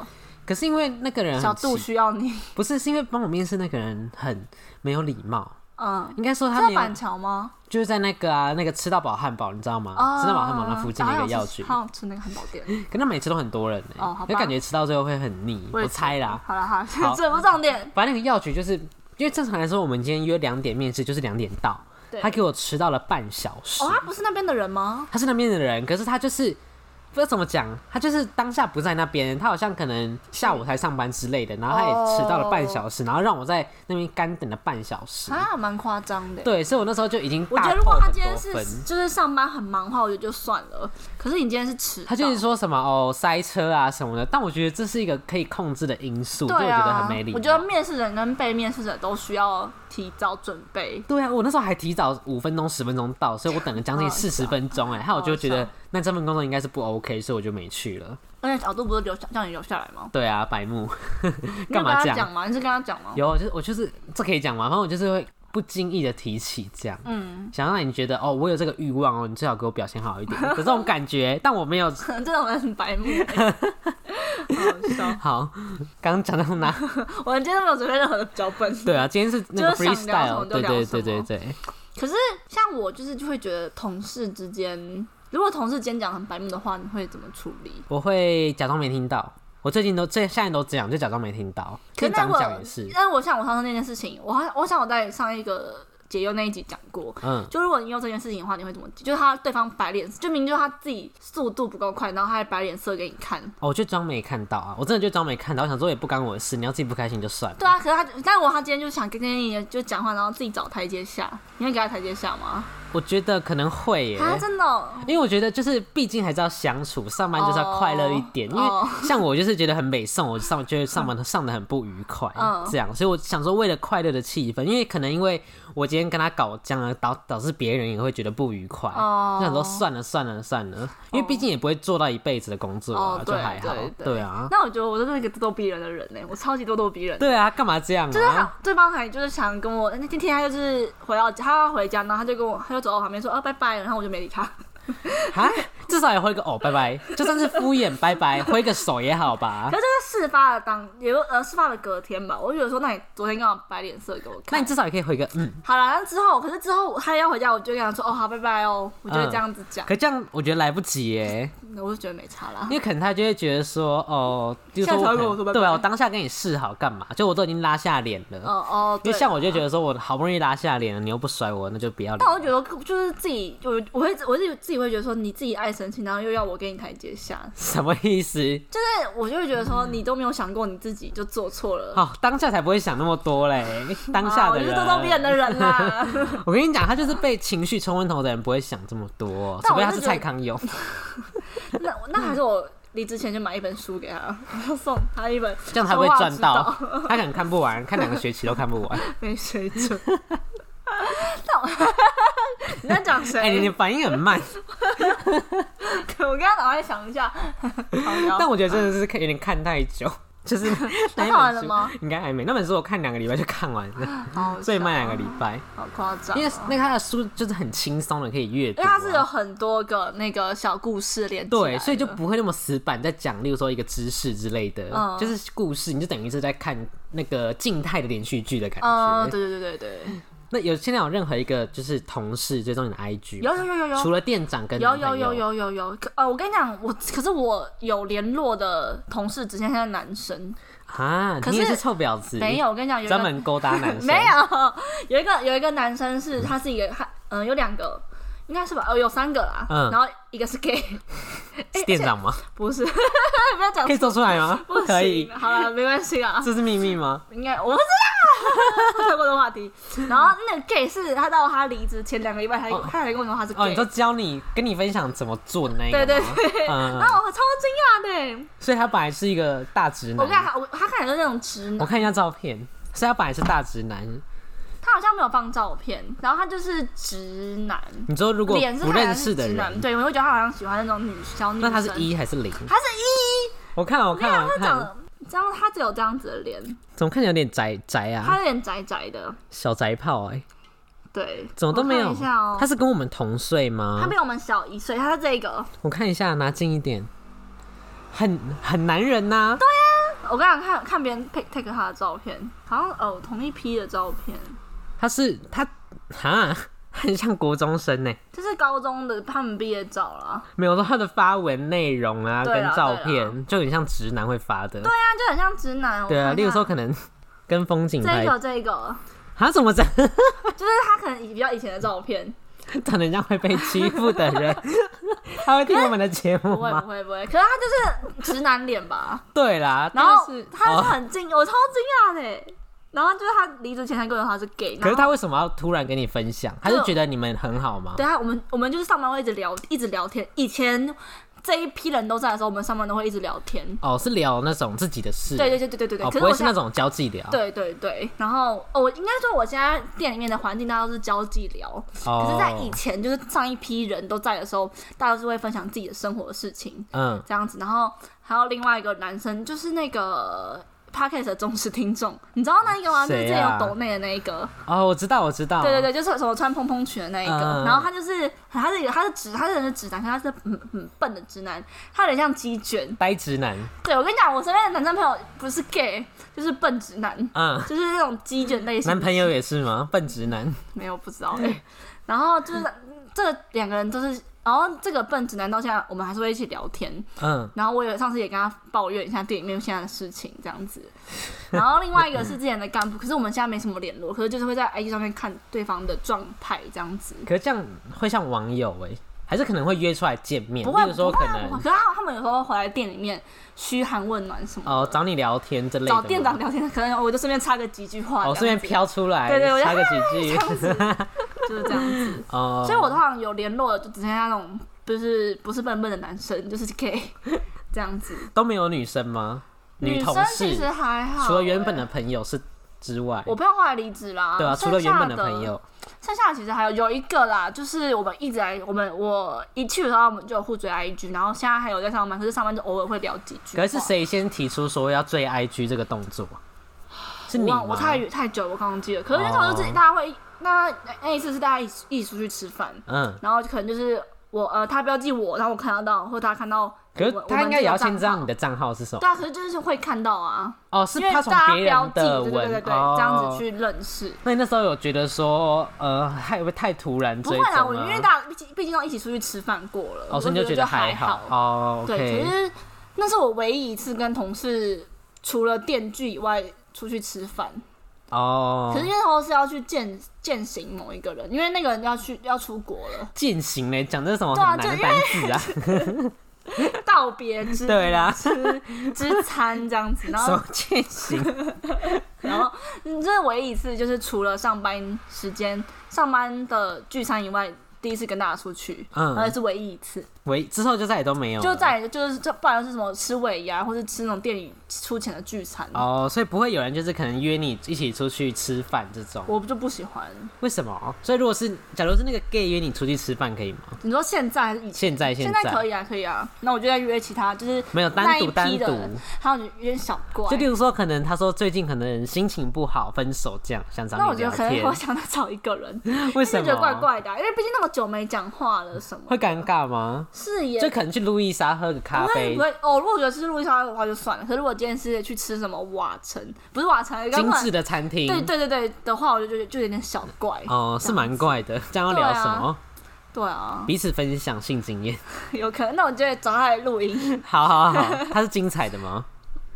S2: 可是因为那个人
S1: 小
S2: 很
S1: 杜
S2: 奇，
S1: 需要你，
S2: 不是是因为帮我面试那个人很没有礼貌，
S1: 嗯，
S2: 应该说
S1: 是
S2: 他
S1: 在
S2: 没有
S1: 板桥吗？
S2: 就是在那个啊，那个吃到饱汉堡，你知道吗？
S1: 哦，
S2: 吃到饱汉堡那附近的一个药局，
S1: 他有吃那个汉堡 店。
S2: 可那每次都很多人呢、
S1: 哦好吧
S2: 就感觉吃到最后会很腻，
S1: 我也
S2: 我猜啦。
S1: 好了好了
S2: 好，
S1: 这不是重点。
S2: 反正那个药局就是，因为正常来说，我们今天约两点面试，就是两点到，
S1: 对
S2: 他给我迟到了半小时。
S1: 哦，他不是那边的人吗？
S2: 他是那边的人，可是他就是不知道怎么讲，他就是当下不在那边，他好像可能下午才上班之类
S1: 哦
S2: 的，然后他也迟到了半小时，然后让我在那边干等了半小时。
S1: 啊，蛮夸张的。，
S2: 对，所以我那时候就已经
S1: 我觉
S2: 大
S1: 得
S2: 扣
S1: 如果他
S2: 很
S1: 今天
S2: 多分
S1: 是就是上班很忙的话，我觉得就算了。可是你今天是迟到，
S2: 他就是说什么哦塞车啊什么的，但我觉得这是一个可以控制的因素，就我
S1: 对
S2: 觉得
S1: 啊
S2: 很没礼，貌。
S1: 我觉得面试人跟被面试者都需要提早准备。
S2: 对啊，我那时候还提早五分钟、十分钟到，所以我等了将近
S1: 好
S2: 四
S1: 笑
S2: 十分钟、哎，还有我就觉得那这份工作应该是不 OK，所以我就没去了。
S1: 而且小杜不是留下叫你留下来吗？
S2: 对啊，白目，
S1: 你有跟
S2: 干嘛
S1: 他
S2: 这样？
S1: 讲吗？你是跟他讲吗？
S2: 有，就是我就是这可以讲吗？反正我就是会不经意的提起这样，
S1: 嗯，
S2: 想让你觉得哦，我有这个欲望哦，你最好给我表现好一点的这种感觉，但我 没有。
S1: 这种人很白目 欸，好笑。
S2: 好，刚刚讲到哪？
S1: 我们今天都没有准备任何的脚本。
S2: 对啊，今天是那个
S1: 就是想聊什么
S2: freestyle，
S1: 就
S2: 对
S1: 聊
S2: 对
S1: 什么
S2: 对对对，
S1: 可是像我就是就会觉得同事之间，如果同事间讲很白目的话，你会怎么处理？
S2: 我会假装没听到。我最近都这现在都这样，就假装没听到。
S1: 可
S2: 跟
S1: 是那
S2: 长
S1: 我
S2: 讲也是，
S1: 但我像我上次那件事情，我好我想我在上一个解忧那一集讲过。
S2: 嗯，
S1: 就如果你有这件事情的话，你会怎么解？就是他对方摆脸，就明明就是他自己速度不够快，然后他还摆脸色给你看。
S2: 哦，我就装没看到啊，我真的就装没看到。我想说也不干我的事，你要自己不开心就算了。
S1: 对啊，可是他，但我他今天就想跟跟你就讲话，然后自己找台阶下，你会给他台阶下吗？
S2: 我觉得可能会耶，
S1: 啊，真的哦、
S2: 因为我觉得就是毕竟还是要相处，上班就是要快乐一点。因
S1: 哦
S2: 为像我就是觉得很美送，我上就会上 班上的很不愉快
S1: 嗯，
S2: 这样，所以我想说为了快乐的气氛，因为可能因为我今天跟他搞僵了，导导致别人也会觉得不愉快，
S1: 哦
S2: 就想说算了算了算了，因为毕竟也不会做到一辈子的工作
S1: 哦，
S2: 啊就
S1: 对
S2: 还好
S1: 对，对
S2: 对啊，
S1: 那我觉得我真的是一个咄咄逼人的人呢、我超级咄咄逼人的。
S2: 对啊，干嘛这样
S1: 就是
S2: 啊
S1: 他？对方还就是想跟我那天天他就是回到家，他要回家，然后他就跟我，他就手我旁边说啊拜拜，然后我就没 理他。
S2: 啊，至少也挥个哦，拜拜，就算是敷衍拜拜，挥个手也好吧
S1: 可。是这是事发的当，也就呃事发的隔天吧。我就觉得说，那你昨天刚好摆脸色给我
S2: 那
S1: 看
S2: 你。至少也可以挥个嗯。
S1: 好了，那之后，可是之后他要回家，我就跟他说，哦好，拜拜哦，我就会这样子讲，
S2: 可这样我觉得来不及耶，
S1: 我就觉得没差啦
S2: 因。为可能他就会觉得说，哦，就是
S1: 下次还
S2: 可
S1: 跟
S2: 能
S1: 我说拜拜
S2: 对啊，我当下跟你示好干嘛？就我都已经拉下脸
S1: 哦
S2: 了，
S1: 哦，
S2: 因
S1: 对
S2: 为。像我就觉得说我好不容易拉下脸了，你又不甩我，那就不要
S1: 但我
S2: 脸。
S1: 觉得就是自己，我我会我自己自己会觉得说，你自己爱生气，然后又要我给你台阶下，
S2: 什么意思？
S1: 就是我就会觉得
S2: 嗯
S1: 说，你都没有想过你自己就做错了。
S2: 哦，当下才不会想那么 多嘞，当下
S1: 啊
S2: 的
S1: 我就
S2: 人，
S1: 是都当别人的人啦。
S2: 我跟你讲，他就是被情绪冲昏头的人，不会想这么多，
S1: 但
S2: 除
S1: 我
S2: 非他
S1: 是
S2: 是
S1: 觉得
S2: 蔡康 永。
S1: 那那还是我离职前就买一本书给他， 我要送他一本，
S2: 这样才会赚到。他可能看不完，看两个学期都看不 完。
S1: 没水准。 那 我你在讲谁？
S2: 哎、你你反应很慢，
S1: 我刚刚脑袋想一下，好聊
S2: 但我觉得真的是看有点看太久， 就是那一
S1: 看完
S2: 本
S1: 了
S2: 书
S1: 吗？
S2: 应该还没。那本书我看两个礼拜就看完了，
S1: 好好笑
S2: 所以卖两个礼拜。
S1: 好夸张哦，
S2: 因
S1: 因
S2: 为
S1: 为
S2: 那个他的书就是很轻松的可以阅读、啊，
S1: 它是有很多个那个小故事连起来
S2: 对，所以就
S1: 的
S2: 不会那么死板在讲，例如说一个知识之类的，
S1: 嗯
S2: 就是故事，你就等于是在看那个静态的连续剧的感觉。
S1: 嗯，对对对对对，
S2: 那有现在有任何一个就是同事追踪你的 IG 吗
S1: 有有有有有
S2: 除了店长跟
S1: 有
S2: 男
S1: 有
S2: 朋
S1: 有
S2: 友
S1: 有有有，可呃，我跟你讲，我可是我有联络的同事，只剩下男生，
S2: 啊，
S1: 可
S2: 你也
S1: 是
S2: 是臭婊子，
S1: 没有。我跟你讲，有一
S2: 专
S1: 个
S2: 门勾搭男 生，
S1: 没有，有一个有一个男生是他是一个，他嗯、有两个，应该是吧？哦，有三个啦，
S2: 嗯
S1: 然后一个是 gay，
S2: 是店长吗？
S1: 不是， 不要讲
S2: 可以说出来吗？
S1: 哎 不行啊
S2: 可以，
S1: 好了，没关系啦，
S2: 这是秘密吗？
S1: 应该我不知道， 跳过的话题。然后那个 gay 是他到他离职前两个礼拜，他
S2: 哦
S1: 他才跟我说他是
S2: 哦，
S1: gay，
S2: 你说教你跟你分享怎么做的那一个
S1: 对
S2: 吗？
S1: 对对，
S2: 嗯，
S1: 然后我超惊讶的，
S2: 所以他本来是一个大直
S1: 我跟
S2: 男。
S1: 他我他看起来就是那种直
S2: 我
S1: 男，
S2: 看一下照片，所以他本来是大直男。
S1: 他好像没有放照片，然后他就是直男，
S2: 你说如果
S1: 脸是
S2: 不
S1: 看起来
S2: 认识
S1: 是
S2: 的
S1: 直男，
S2: 人，
S1: 对我就觉得他好像喜欢那种女小女
S2: 那
S1: 生，
S2: 他是一还是零？
S1: 他是一，
S2: 我看我看我
S1: 他长
S2: 看，
S1: 得。这样他只有这样子的脸，
S2: 怎么看起来有点宅宅
S1: 他
S2: 啊？
S1: 有点窄窄的，
S2: 小宅炮哎，
S1: 对，
S2: 怎么都
S1: 我
S2: 没
S1: 看
S2: 有
S1: 一下哦。
S2: 他是跟我们同岁吗？
S1: 他比我们小一岁，他是这个，
S2: 我看一下，拿近一点，很很男人呐、
S1: 我刚刚看看别人 pick take 他的照片，好像哦同一批的照片，
S2: 他是他哈，很像国中生呢。
S1: 这是高中的他们毕业照啦。
S2: 没有说他的发文内容啊，
S1: 对
S2: 跟
S1: 啦
S2: 照
S1: 对啦
S2: 片就很像直男会发的。对
S1: 对啊，就很像直男。我
S2: 啊，
S1: 看
S2: 例如
S1: 看
S2: 说可能跟风景
S1: 这
S2: 拍，
S1: 个这个，
S2: 他怎么长
S1: 就是他可能以比较以前的照 片，
S2: 长得像会被欺负的人？ 他会听我们的节目
S1: 不会
S2: 吗
S1: 不？会不会，可是他就是直男脸 吧。
S2: 对啦，
S1: 然后
S2: 但是
S1: 他就是
S2: 哦，
S1: 很近，我超惊讶的欸。然后就是他离职前才跟我说他是 gay，
S2: 可是
S1: 然后
S2: 他为什么要突然跟你分享？他是觉得你们很好吗？
S1: 对啊他我们我们就是上班会一直聊一直聊天，以前这一批人都在的时候，我们上班都会一直聊天。
S2: 哦，是聊那种自己的事，
S1: 对对对对对对对，
S2: 哦，
S1: 可
S2: 不
S1: 是我
S2: 会是
S1: 现
S2: 那
S1: 在
S2: 种交际聊。
S1: 对对对，然后哦，我应该说我现在店里面的环境大家都是交际聊，
S2: 哦，
S1: 可是，在以前就是上一批人都在的时候，大家都是会分享自己的生活的事情
S2: 嗯，
S1: 这样子，然后还有另外一个男生就是那个。podcast 的忠实听众，你知道那一个吗？就是之
S2: 谁
S1: 前
S2: 啊
S1: 有抖内的那一个，
S2: 哦，我知道，我知道，
S1: 对对对，就是什么穿蓬蓬裙的那一个。
S2: 嗯嗯嗯
S1: 然后他就是，他是一个，他是直，他是人是直男，可他是很很笨的直男，他有点像鸡卷。
S2: 呆直男，
S1: 对我跟你讲，我身边的男生朋友不是 gay，就是笨直男，
S2: 嗯，
S1: 就是那种鸡卷类型的。
S2: 男朋友也是吗？笨直男，
S1: 没有不知道哎、然后就是这两个人都是，然后这个笨直男到现在我们还是会一起聊天。
S2: 嗯，
S1: 然后我有上次也跟他抱怨一下店里面现在的事情这样子。然后另外一个是之前的干部，可是我们现在没什么联络，可是就是会在 IG 上面看对方的状态这样子。
S2: 可是这样会像网友哎、还是可能会约出来见面，
S1: 不会
S2: 例如说
S1: 不
S2: 可
S1: 会啊不会
S2: 能
S1: 可是他他们有时候回来店里面嘘寒问暖什么的，
S2: 哦找你聊天之类的吗，
S1: 找店长聊天，可能我就顺便插个几句话，
S2: 哦顺便，飘出来，
S1: 对对我就
S2: 插个几
S1: 这
S2: 句
S1: 样子 就是这样子。
S2: 哦，
S1: 所以我通常有联络的就只剩下那种就是不是笨笨的男生，就是 gay 这样子。
S2: 都没有女生吗？同
S1: 生其实
S2: 事
S1: 还好、
S2: 除了原本的
S1: 欸，
S2: 朋友是之外，
S1: 我朋友后来离职啦。
S2: 对啊，除
S1: 剩
S2: 了原
S1: 下
S2: 本的朋，友，
S1: 剩下的其实还有有一个啦，就是我们一直来，我们我一去的时候我们就有互追 IG，然后现在还有在上班，可是上班就偶尔会聊几句。
S2: 可是是？谁先提出说要追 IG 这个动作？是
S1: 我
S2: 你吗
S1: 忘我太远太久，我刚忘记了。可是那时候就是
S2: 哦
S1: 大家会，那那一次是大家一起一起出去吃饭，
S2: 嗯，
S1: 然后可能就是我呃，他标记我，然后我看得到，或他看到我
S2: 可
S1: 们。
S2: 是他应该也要先知
S1: 这
S2: 道
S1: 样。
S2: 你的账号是什么
S1: 对啊，可是就是会看到啊，
S2: 哦，是
S1: 因为
S2: 他
S1: 大
S2: 从
S1: 家
S2: 别
S1: 标
S2: 人
S1: 记，
S2: 的
S1: 对对
S2: 文
S1: 对对对，
S2: 哦
S1: 这样子去认识。
S2: 那你那时候有觉得说，呃，还会太突然
S1: 不
S2: 追
S1: 会
S2: 踪
S1: 啦，
S2: 吗？
S1: 我因为大家毕竟毕竟都一起出去吃饭过了，
S2: 哦，所以你
S1: 我
S2: 就觉
S1: 得
S2: 得
S1: 还
S2: 好哦。
S1: 对，可
S2: OK，
S1: 是那是我唯一一次跟同事除了电锯以外出去吃饭。
S2: 哦，
S1: 可是那时候是要去践践行某一个人，因为那个人要去要出国了，
S2: 践行嘞，讲这是什么
S1: 对啊
S2: 很难的单词啊？
S1: 道别之
S2: 对啦，
S1: 之之餐这样子，然
S2: 什
S1: 后
S2: 么践行？
S1: 然后嗯这是唯一一次，就是除了上班时间、上班的聚餐以外，第一次跟大家出去，然后也
S2: 嗯，哦
S1: 是唯一一次，
S2: 喂，之后就再也都没有了，
S1: 就在就是这不然是什么吃尾牙，或是吃那种店里出钱的聚餐，
S2: 哦，所以不会有人就是可能约你一起出去吃饭这种，
S1: 我就不喜欢。
S2: 为什么？所以如果是假如是那个 gay 约你出去吃饭可以吗？
S1: 你说现在还是以前？
S2: 现在
S1: 现
S2: 在
S1: 在可以啊，可以啊。那我就在约其他，就是
S2: 没有单
S1: 那一
S2: 独单
S1: 批的
S2: 独
S1: 人，还有有点小怪
S2: 就。例如说可能他说最近可能心情不好，分手这样想找
S1: 那我
S2: 你
S1: 觉
S2: 聊
S1: 得可能
S2: 天
S1: 我，想再找一个人，就
S2: 为什
S1: 觉得怪
S2: 么？
S1: 怪的啊、因为毕竟那么久没讲话了，什么
S2: 会尴尬吗？
S1: 是也
S2: 就可能去路易莎喝个咖
S1: 不会
S2: 啡
S1: 不，会哦。如果我觉得是路易莎的话就算了，可是如果今天是去吃什么瓦城，不是瓦城，刚
S2: 精
S1: 突然
S2: 致的餐厅，
S1: 对对对对的话，我就觉得就有点小怪。
S2: 哦，是蛮怪的。这样要
S1: 对
S2: 聊
S1: 啊
S2: 什么？
S1: 对啊，
S2: 彼此分享性经验。
S1: 有可能。那我就会找他来录音。
S2: 好好好，他是精彩的吗？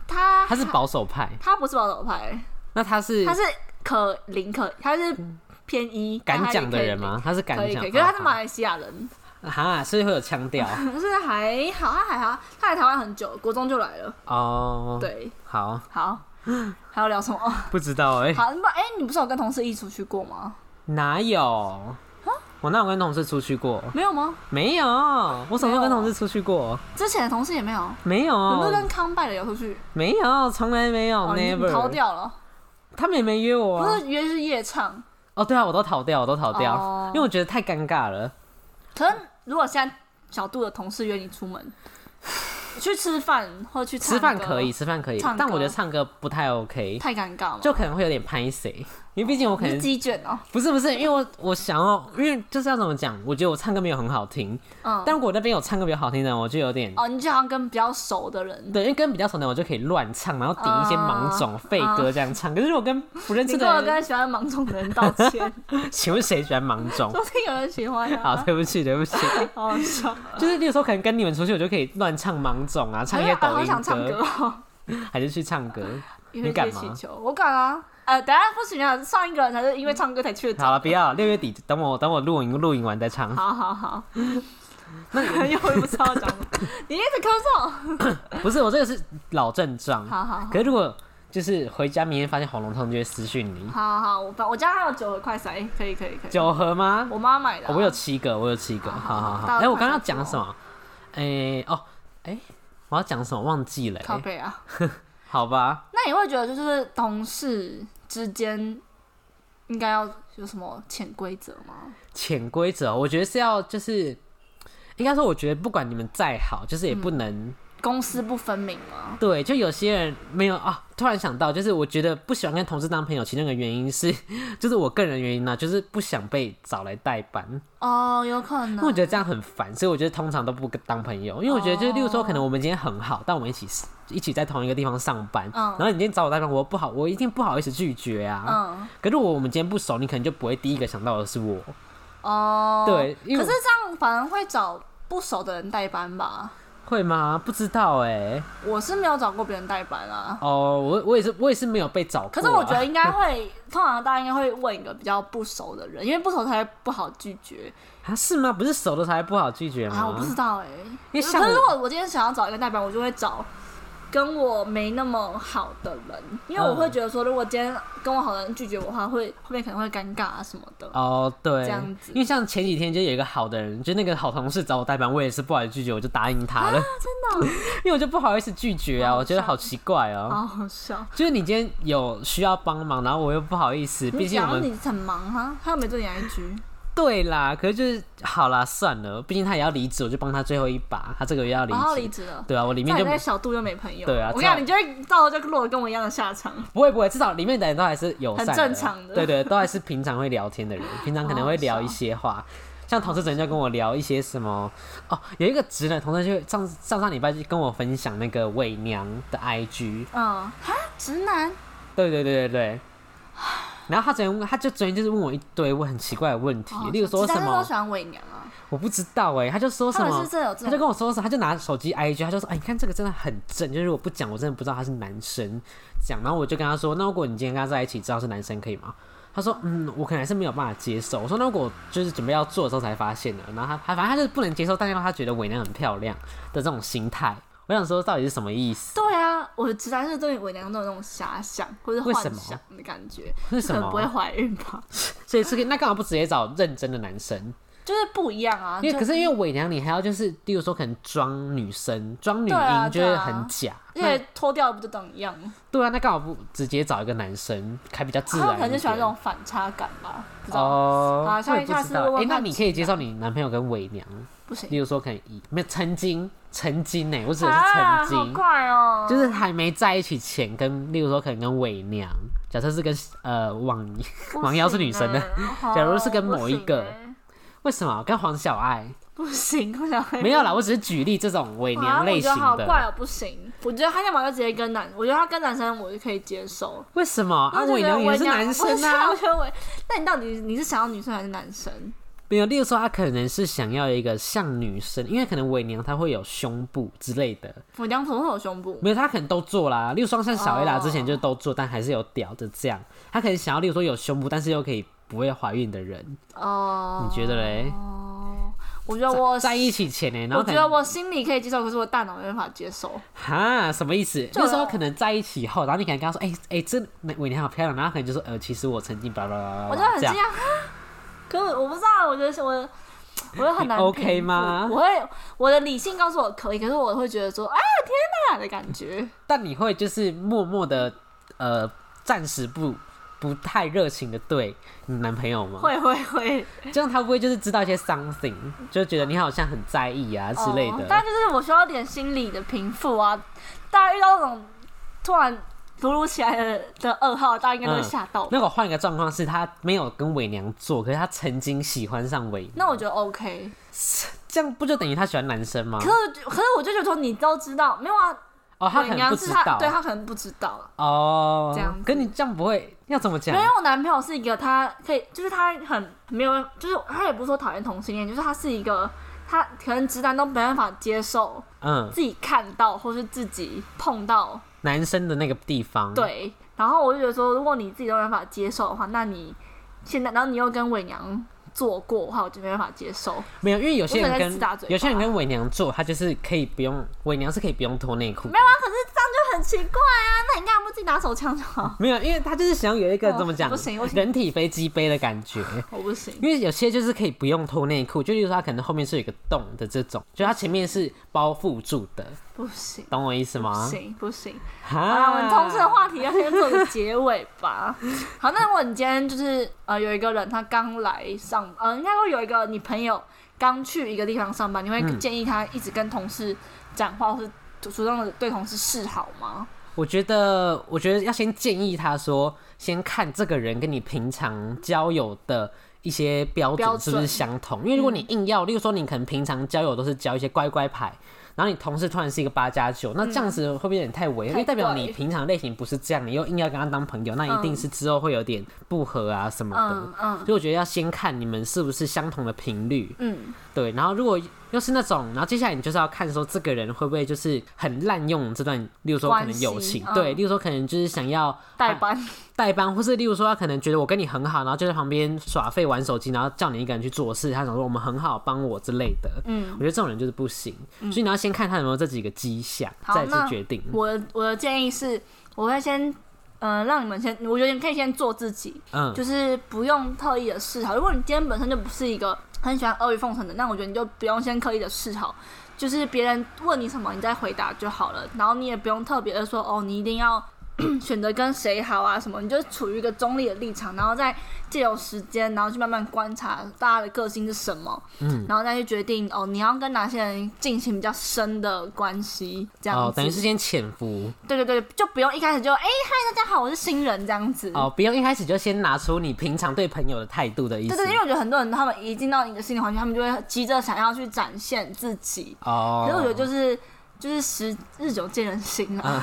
S1: 他
S2: 他是保守派，
S1: 他不是保守派，
S2: 那他是
S1: 他是可零可，他是偏一
S2: 敢讲的人？吗？他是
S1: 但
S2: 敢
S1: 他也
S2: 讲，
S1: 可以可以，可是他是
S2: 哦
S1: 马来西亚人，
S2: 好哈，所以会有腔调
S1: 可是还好，他还好，他来台湾很久，国中就来了。
S2: 哦。，
S1: 对，
S2: 好，
S1: 好，还要聊什么？哦
S2: 不知道哎，
S1: 好，那么哎，你不是有跟同事一起出去过吗？
S2: 哪有？我那有跟同事出去过？
S1: 没有吗？
S2: 没有，我什么时候跟同事出去过？
S1: 之前的同事也没有，
S2: 没
S1: 你不是
S2: 有
S1: 跟，康拜的有出去？
S2: 没有，从来没有
S1: 哦，你你逃
S2: ，never。
S1: 掉了，
S2: 他们也没约我
S1: 不
S2: 啊。
S1: 是约是夜唱，
S2: 哦，对啊，我都逃掉，我都逃掉
S1: 哦，
S2: 因为我觉得太尴尬了。
S1: 可是如果现在小杜的同事约你出 门，去吃饭或去唱
S2: 吃饭
S1: 歌
S2: 可以，，吃饭可以
S1: 唱，
S2: 但我觉得
S1: 歌
S2: 唱歌不太 OK，
S1: 太尴尬了，
S2: 就可能会有点拍谁，因为毕竟我可
S1: 你是
S2: 能
S1: 鸡卷哦，
S2: 不是不是，因为我我想要，因为就是要怎么讲，我觉得我唱歌没有很好听，
S1: 嗯，
S2: 但如果那边有唱歌比较好听的，我就有点。
S1: 哦，你就好像跟比较熟的人，
S2: 对，因为跟比较熟的人，我就可以乱唱，然后顶一些盲种
S1: 啊
S2: 废歌这样唱。可是我跟不认
S1: 你
S2: 识
S1: 跟我
S2: 的人，
S1: 跟喜欢盲从的人道 歉，
S2: 请问谁喜欢盲 种？
S1: 说不定有人喜欢
S2: 好，
S1: 啊，
S2: 对不起，对不起，
S1: 好好笑，
S2: 就是例如说，可能跟你们出去，我就可以乱唱盲种啊，唱一些
S1: 哎呀
S2: 抖
S1: 好
S2: 音
S1: 想唱歌
S2: 歌，
S1: 哦。
S2: 还是去唱歌。
S1: 因为
S2: 你敢
S1: 接气
S2: 吗
S1: 球，我敢啊。呃，等一下不行啊，上一个人才是因为唱歌才去的。
S2: 好了，不啊要，六月底等我等我录影录影完再唱。
S1: 好好好，那 又不知道讲什么，你一直咳嗽。
S2: 不是，我这个是老症状。
S1: 好好好
S2: 可是如果就是回家明天发现喉咙痛，就会私讯你。
S1: 好好，我反我家还有九盒快塞，可以可以可以。
S2: 九盒吗？
S1: 我妈买的啊、
S2: 哦我有七个，我有七个，
S1: 好
S2: 好好好。
S1: 大家
S2: 哎、我刚刚
S1: 快
S2: 要
S1: 点
S2: 讲
S1: 做
S2: 什么？哎、哦，哎、我要讲什么忘记了、哎
S1: 靠背啊。
S2: 好吧，
S1: 那你会觉得就是同事之间应该要有什么潜规则吗？
S2: 潜规则，我觉得是要就是，应该说，我觉得不管你们再好，就是也
S1: 嗯
S2: 不能、
S1: 公私不分明吗？
S2: 对，就有些人没有啊。突然想到，就是我觉得不喜欢跟同事当朋友，其中一个原因是， 就是我个人原因呢、啊就是不想被找来代班，
S1: 哦，有可
S2: 因为我
S1: 能。
S2: 觉得这样很烦，所以我觉得通常都不跟当朋友，因为我觉得就是，例如说，可
S1: 哦
S2: 能我们今天很好，但我们一起一起在同一个地方上班，
S1: 嗯
S2: 然后你今天找我代班，我不好，我一定不好意思拒绝啊。
S1: 嗯，
S2: 可是如果我们今天不熟，你可能就不会第一个想到的是我，
S1: 哦，
S2: 对因
S1: 可
S2: 为
S1: 是这样反而会找不熟的人代班吧？
S2: 会吗？不知道哎、
S1: 我是没有找过别人代班啊，
S2: 哦，我我也是，我也是没有被找过啊、
S1: 可是我觉得应该会，通常大家应该会问一个比较不熟的人，因为不熟才不好拒绝。
S2: 啊，是吗？不是熟的才不好拒绝吗？
S1: 啊，我不知道哎、
S2: 因为像
S1: 可是
S2: 我
S1: 如果我今天想要找一个代表，我就会找跟我没那么好的人，因为我会觉得说，如果今天跟我好的人拒绝我的话，会后面可能会尴尬啊什么的。
S2: 哦，对，
S1: 这样子
S2: 因为像前几天就有一个好的人，就那个好同事找我代班，我也是不好意思拒绝，我就答应他了，
S1: 真的哦，
S2: 因为我就不好意思拒绝啊，
S1: 好
S2: 我觉得
S1: 笑
S2: 好奇怪哦、
S1: 好好笑。
S2: 就是你今天有需要帮忙，然后我又不好意思，毕
S1: 你
S2: 竟我
S1: 讲
S2: 们
S1: 你很忙哈、啊，他又没对你 IG，
S2: 对啦，可是就是好啦，算了，毕竟他也要离职，我就帮他最后一把。他这个月要离
S1: 然后离
S2: 职，
S1: 职了。
S2: 对啊，我里面
S1: 那
S2: 就
S1: 你在小度就没朋友。
S2: 对啊
S1: 我跟你讲，
S2: 这
S1: 你就会到时候就落得跟我一样的下 场。
S2: 不会不会，至少里面的人都还是友善的，
S1: 很正常的
S2: 对对，都还是平常会聊天的人，平常可能会聊一些话。像同事昨天就跟我聊一些什么哦，有一个直男同事就上上上礼拜就跟我分享那个伪娘的 IG，
S1: 嗯，哈，直男，
S2: 对对对对对。然后他昨天问他就昨天就是问我一堆我很奇怪的问题，例如说
S1: 直
S2: 什
S1: 男哦都
S2: 么
S1: 喜欢伪娘啊，
S2: 我不知道哎、他就说什
S1: 他们
S2: 么
S1: 是真的有这
S2: 他就
S1: 种。
S2: 跟我说什么，他就拿手机 IG，他就说：“哎，你看这个真的很正，就是我不讲，我真的不知道他是男生。”讲，然后我就跟他说：“那如果你今天跟他在一起，知道是男生可以吗？”他说：“嗯，我可能还是没有办法接受。”我说：“那如果就是准备要做的时候才发现的，然后他他反正他就是不能接受，但是他觉得伪娘很漂亮的这种心态。”我想说，到底是什么意思？
S1: 对啊，我的直男是对伪娘都有那种遐想或者
S2: 为
S1: 幻
S2: 什么
S1: 想的感觉，就
S2: 为什
S1: 可能不会
S2: 么？
S1: 怀孕吧？
S2: 所以这个那干嘛不直接找认真的男生？
S1: 就是不一样啊。
S2: 因为可
S1: 就是
S2: 因为伪娘，你还要就是，例如说可能装女生、装女
S1: 对啊
S2: 音，就
S1: 对
S2: 会
S1: 啊
S2: 很假。
S1: 而且脱掉不就等一样吗？
S2: 对啊，那干嘛不直接找一个男生，还比较自
S1: 他
S2: 然一
S1: 们
S2: 点？
S1: 可能就喜欢这种反差感吧，不知道。
S2: 哦，
S1: 好下
S2: 我也不
S1: 下次
S2: 知道。
S1: 问
S2: 哎、
S1: 问
S2: 那
S1: 看
S2: 你
S1: 其
S2: 可以接受你男朋友跟伪娘，
S1: 不行
S2: 例如说可能以没有曾经曾经呢、欸我指的是
S1: 啊，
S2: 曾
S1: 好
S2: 经，
S1: 快哦！
S2: 就是还没在一起前跟，例如说可能跟伪娘，假设是跟呃网，
S1: 不
S2: 王瑶是女
S1: 行
S2: 神的
S1: 欸
S2: 假如是跟
S1: 好欸
S2: 某一个为什么跟黄小爱？
S1: 不行欸，不行，我想
S2: 没有啦，我只是举例这种伪
S1: 啊
S2: 娘类型
S1: 我觉得好怪
S2: 的。
S1: 哦，不行。我觉得他要么就直接跟男，我觉得他跟男生我就可以接受。
S2: 为什么啊？
S1: 我就
S2: 伪
S1: 觉得
S2: 娘也是男
S1: 我
S2: 生
S1: 是
S2: 啊
S1: 我。觉得伪，那你到底你是想要女生还是男生？
S2: 没有，例如说他可能是想要一个像女生，因为可能伪娘她会有胸部之类的，
S1: 我娘怎么会有胸部？
S2: 没有，他可能都做啦。例如说像小 A 啦，
S1: 哦
S2: 之前就都做，但还是有屌的这样。他可能想要，例如说有胸部，但是又可以不会怀孕的人，
S1: 哦，
S2: 你觉得嘞？
S1: 哦，我觉得我
S2: 在一起前呢、然后
S1: 我
S2: 可
S1: 觉得
S2: 能
S1: 我心里可以接受，可是我大脑没办法接受。
S2: 哈什么意思？
S1: 就
S2: 那时候可能在一起后，然后你可能跟他说，哎、哎、这伟你好漂亮，然后他可能就说，呃，其实我曾经巴拉巴拉，
S1: 我就很
S2: 这
S1: 惊
S2: 样。
S1: 讶， 啊可是我不知道，我觉得我我就很难
S2: 你 OK
S1: 平复
S2: 吗
S1: 我会我的理性告诉我可以，可是我会觉得说，哎呀天哪的感 觉。
S2: 但你会就是默默的，呃，暂时不不太热情的对你男朋友吗？
S1: 会会会
S2: 这样他不会就是知道一些 something，就觉得你好像很在意啊 之类的。
S1: 哦但就是我需要点心理的平复啊。大家遇到那种突然突如其来的的噩耗，大家应该都会吓到吧。
S2: 嗯那我换一个状况是，他没有跟伪娘做，可是他曾经喜欢上伪娘，
S1: 那我觉得 OK，
S2: 这样不就等于他喜欢男生吗
S1: 可？是我就可是我就觉得说你都知道，没有啊？
S2: 哦，他
S1: 伪
S2: 可能
S1: 娘
S2: 不
S1: 是
S2: 知
S1: 他
S2: 道，
S1: 对他可能不知道啊。
S2: 哦，
S1: 这样子
S2: 可你这样不会要怎么讲
S1: 没？有，我男朋友是一个他可以，就是他很没有，就是他也不是说讨厌同性恋，就是他是一个他可能直男都没办法接受
S2: 嗯，
S1: 自己看到或是自己碰到
S2: 男生的那个地方，，
S1: 对，然后我就觉得说，如果你自己都没办法接受的话，那你现在，然后你又跟伪娘做过的话，我就没办法接受。
S2: 没有，因为有些
S1: 我
S2: 人
S1: 可能
S2: 跟
S1: 自打嘴巴
S2: 有些人跟伪娘做，他就是可以不用伪娘是可以不用脱内裤，
S1: 没有啊，可是这样就很奇怪啊！那你干嘛不自己拿手枪就好？
S2: 没有，因为他就是想有一个
S1: 哦
S2: 怎么讲
S1: 不行不，行
S2: 人体飞机杯的感 觉。
S1: 我不行，
S2: 因为有些就是可以不用脱内裤，就例如说他可能后面是有一个洞的这种，就他前面是包覆住的，
S1: 不行，
S2: 懂我意思
S1: 不
S2: 吗？
S1: 行，不行。好啦，
S2: 啊
S1: 我们同事的话题要先做个结尾吧。 好，那如果你今天就是呃有一个人他刚来上，呃应该说有一个你朋友刚去一个地方上班，你会
S2: 嗯
S1: 建议他一直跟同事讲话，或是主动的对同事示好吗？
S2: 我觉得，我觉得要先建议他说，先看这个人跟你平常交友的一些标
S1: 标
S2: 准是不是
S1: 准
S2: 相同。因为如果你硬要，例如说你可能平常交友都是交一些乖乖牌，然后你同事突然是一个八加九，那这样子会不会有点太违？因
S1: 嗯
S2: 为
S1: 太
S2: 代表
S1: 怪
S2: 你平常类型不是这样，你又硬要跟他当朋友，那一定
S1: 嗯
S2: 是之后会有点不合啊什么的。
S1: 嗯嗯
S2: 所以我觉得要先看你们是不是相同的频率，
S1: 嗯，
S2: 对。然后如果又是那种，然后接下来你就是要看说这个人会不会就是很滥用这段，例如说可
S1: 关
S2: 能
S1: 系
S2: 友情，
S1: 嗯
S2: 对，例如说可能就是想要
S1: 代班。
S2: 代班，或是例如说他可能觉得我跟你很好，然后就在旁边耍废玩手机，然后叫你一个人去做事，他想说我们很好，帮我之类的。
S1: 嗯
S2: 我觉得这种人就是不行，所以你要先看他有没有这几个迹象，
S1: 好
S2: 再去
S1: 那
S2: 决定。
S1: 我的我的建议是，我会先，呃，让你们先，我觉得你可以先做自己，
S2: 嗯，
S1: 就是不用特意的示好。如果你今天本身就不是一个很喜欢阿谀奉承的，那我觉得你就不用先刻意的示好，就是别人问你什么，你再回答就好了。然后你也不用特别的说，哦，你一定要 选择跟谁好啊什么，你就处于一个中立的立场，然后再借由时间，然后去慢慢观察大家的个性是什么，
S2: 嗯，
S1: 然后再去决定哦，你要跟哪些人进行比较深的关系，这样
S2: 哦，
S1: 子。
S2: 等于是先潜伏
S1: 对对对，就不用一开始就哎、嗨大家好，我是新人这样子。
S2: 哦，不用一开始就先拿出你平常对朋友的态度的意
S1: 对
S2: 思
S1: 对，因为我觉得很多人他们一进到你的心理环境，他们就会急着想要去展现自己。
S2: 哦
S1: 可。是我觉得就是就是时日久见人心 啦，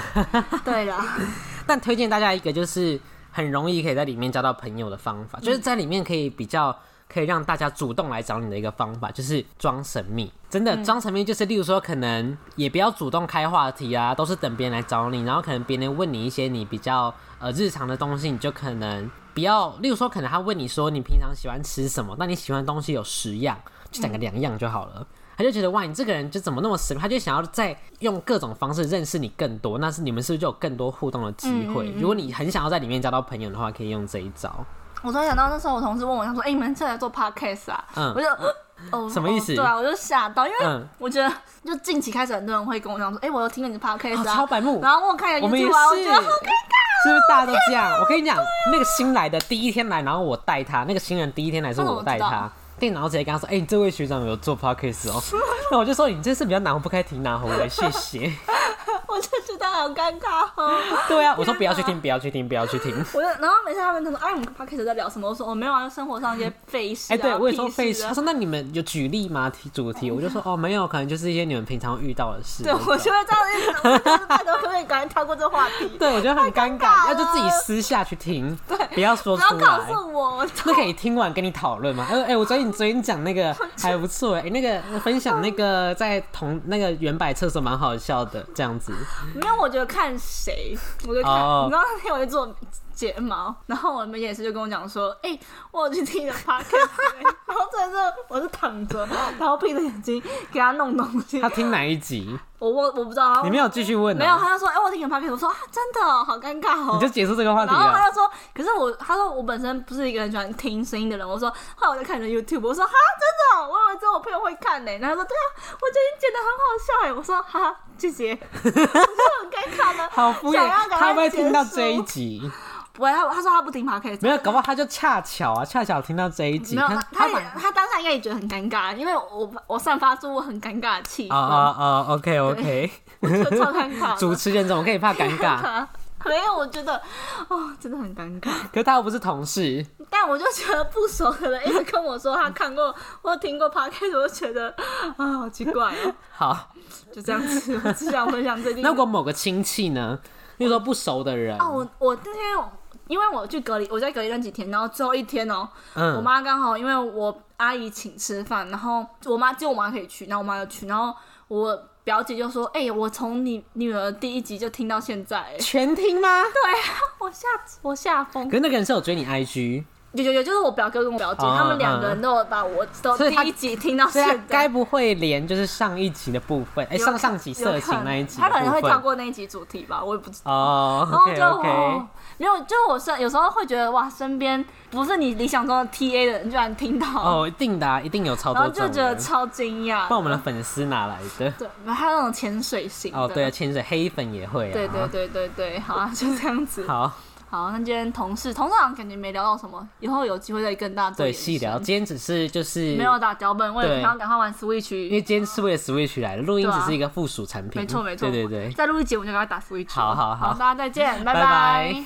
S1: 对啦，
S2: 但推荐大家一个就是很容易可以在里面交到朋友的方法，就是在里面可以比较可以让大家主动来找你的一个方法，就是装神秘。真的装神秘就是，例如说可能也不要主动开话题啊，都是等别人来找你，然后可能别人问你一些你比较呃日常的东西，你就可能。不要，例如说，可能他问你说你平常喜欢吃什么，那你喜欢的东西有十样，就讲个两样就好了。他就觉得哇，你这个人就怎么那么神秘，他就想要再用各种方式认识你更多。那是你们是不是就有更多互动的机
S1: 嗯
S2: 会？如果你很想要在里面交到朋友的话，可以用这一招。
S1: 我突然想到那时候我同事问我，他说：“哎、你们是来做 podcast 啊？”
S2: 嗯
S1: 我就哦，
S2: 什么意思
S1: 哦对啊，我就吓到，因为
S2: 嗯
S1: 我觉得就近期开始很多人会跟我讲说：“哎、我有听了你的 podcast
S2: 哦
S1: 啊。
S2: 超白目
S1: 然后问我看一下
S2: 我们也
S1: YouTube
S2: 是，
S1: 啊，我觉得好看。
S2: 是不是大家都这样？我跟你讲，那个新来的第一天来，然后我带他，那个新人第一天来是我带
S1: 哦那我知
S2: 他
S1: 道。
S2: 对，然后直接跟他说：“哎、你这位学长有做 podcast 哦。”那我就说：“你这次比较难，我不该提拿回来，谢 谢。
S1: 我就觉得好尴尬哦。”
S2: 对啊，我说不要去听，不要去听，不要 去听。
S1: 我就然后每次他们都说：“哎、我们 podcast 在聊什么？”我说：“我、没有啊，就生活上一些费事、啊。
S2: 哎、对我也说
S1: 屁
S2: 费
S1: 事
S2: 事。
S1: 啊
S2: 他说那你们有举例吗？提主题，我就说哦没有，可能就是一些你们平常遇到的事。
S1: 对，我就会这样一直，我就是拜托可不可以赶快跳过这话题？
S2: 对我觉得很尴
S1: 尬
S2: 尬，要就自己
S1: 了
S2: 私下去听，不要说
S1: 不要
S2: 出
S1: 告
S2: 来。
S1: 诉我，
S2: 那可以听完跟你讨论吗？哎、哎、我 昨天你昨天讲那个还不错哎、那个分享那个在同那个原版厕所蛮好笑的，这样子。
S1: 没有，我觉得看谁，我就看。
S2: 哦
S1: 你知道那天我就做睫毛，然后我们也是就跟我讲说，哎、我有去听你的 podcast，欸、 然后真的是我是躺着，然后闭着眼睛给他弄东西
S2: 他，听哪一集？
S1: 我我我不知道，然后
S2: 你没有继续问、啊？
S1: 哦没有，他就说，哎、我听你的 podcast，我说啊，真的哦、好尴尬哦
S2: 你。就结束这个话题
S1: 然后
S2: 了。
S1: 他就说，可是我，他说我本身不是一个很喜欢听声音的人。我说，后来我在看你的 YouTube，我说哈，真的哦、我以为只有我朋友会看呢、然后他说，对啊，我觉得你剪得很好笑哎、我说哈，哈，谢谢，我就很尴尬的。
S2: 好敷
S1: 想
S2: 衍
S1: 要赶，快
S2: 他会不会
S1: 结
S2: 听到
S1: 束
S2: 这一集？
S1: 不会，他他说他不听 podcast，
S2: 没有，搞不好他就恰巧啊，恰巧听到这一集。
S1: 没有，他他
S2: 把
S1: 也他当下应该也觉得很尴尬，因为我我散发出我很尴尬的气氛，
S2: 啊啊啊！OK OK，
S1: 我觉得超尴尬的。
S2: 主持人怎啊么可以怕尴 尬？
S1: 没有，我觉得哦，真的很尴尬。
S2: 可是他又不是同事，
S1: 但我就觉得不熟的人一直跟我说他看过或听过 podcast，我就觉得啊，好奇怪哦。
S2: 好。
S1: 就这样子，我只想分享最近。
S2: 那如果某个亲戚呢？例如说不熟的人，
S1: 哦，我我那天我因为我去隔离，我在隔离那几天，然后最后一天哦，我
S2: 嗯，
S1: 妈刚好因为我阿姨请吃饭，然后我妈只有我妈可以去，然后我妈就去，然后我表姐就说：“哎、我从你女儿第一集就听到现在、哎
S2: 全听吗？
S1: 我吓我吓疯
S2: 可。是那个人是有追你 IG，
S1: 有有有，就是我表哥跟我表姐，
S2: 嗯
S1: 他们两个人都有把我都
S2: 所以
S1: 第
S2: 他
S1: 一集听到
S2: 所以他
S1: 现
S2: 该
S1: 在。
S2: 不会连就是上一集的部分，哎，
S1: 有
S2: 上上集色情那一集
S1: 有
S2: 的
S1: 可能他可能会
S2: 部
S1: 跳
S2: 分
S1: 过那一集主题吧，我也不知道。
S2: 哦
S1: 然后
S2: ，OK
S1: 就
S2: OK，
S1: 哦没有，就我身有时候会觉得哇，身边不是你理想中的 TA 的人居然听到，
S2: 哦，一定的啊，一定有超
S1: 然
S2: 多
S1: 后就
S2: 种
S1: 觉得
S2: 人，
S1: 超惊讶
S2: 不。然我们的粉丝哪来的？
S1: 对，还有那种潜水型的。
S2: 哦，对啊，潜水黑粉也会啊，
S1: 对对对对对，好啊，就这样子。
S2: 好，
S1: 好，那今天同事，同事好像感觉没聊到什么，以后有机会再跟大家做
S2: 对
S1: 延伸
S2: 细聊，今天只是就是
S1: 没有打脚本，我也
S2: 对
S1: 想要赶快玩
S2: 因
S1: Switch。
S2: 为今天是为了 Switch 来的，录音
S1: 对啊
S2: 只是一个附属产品。
S1: 没错没错，
S2: 对对对。
S1: 再录一集我们就赶快打 Switch 了。
S2: 好好好
S1: 大家再见，拜
S2: 拜拜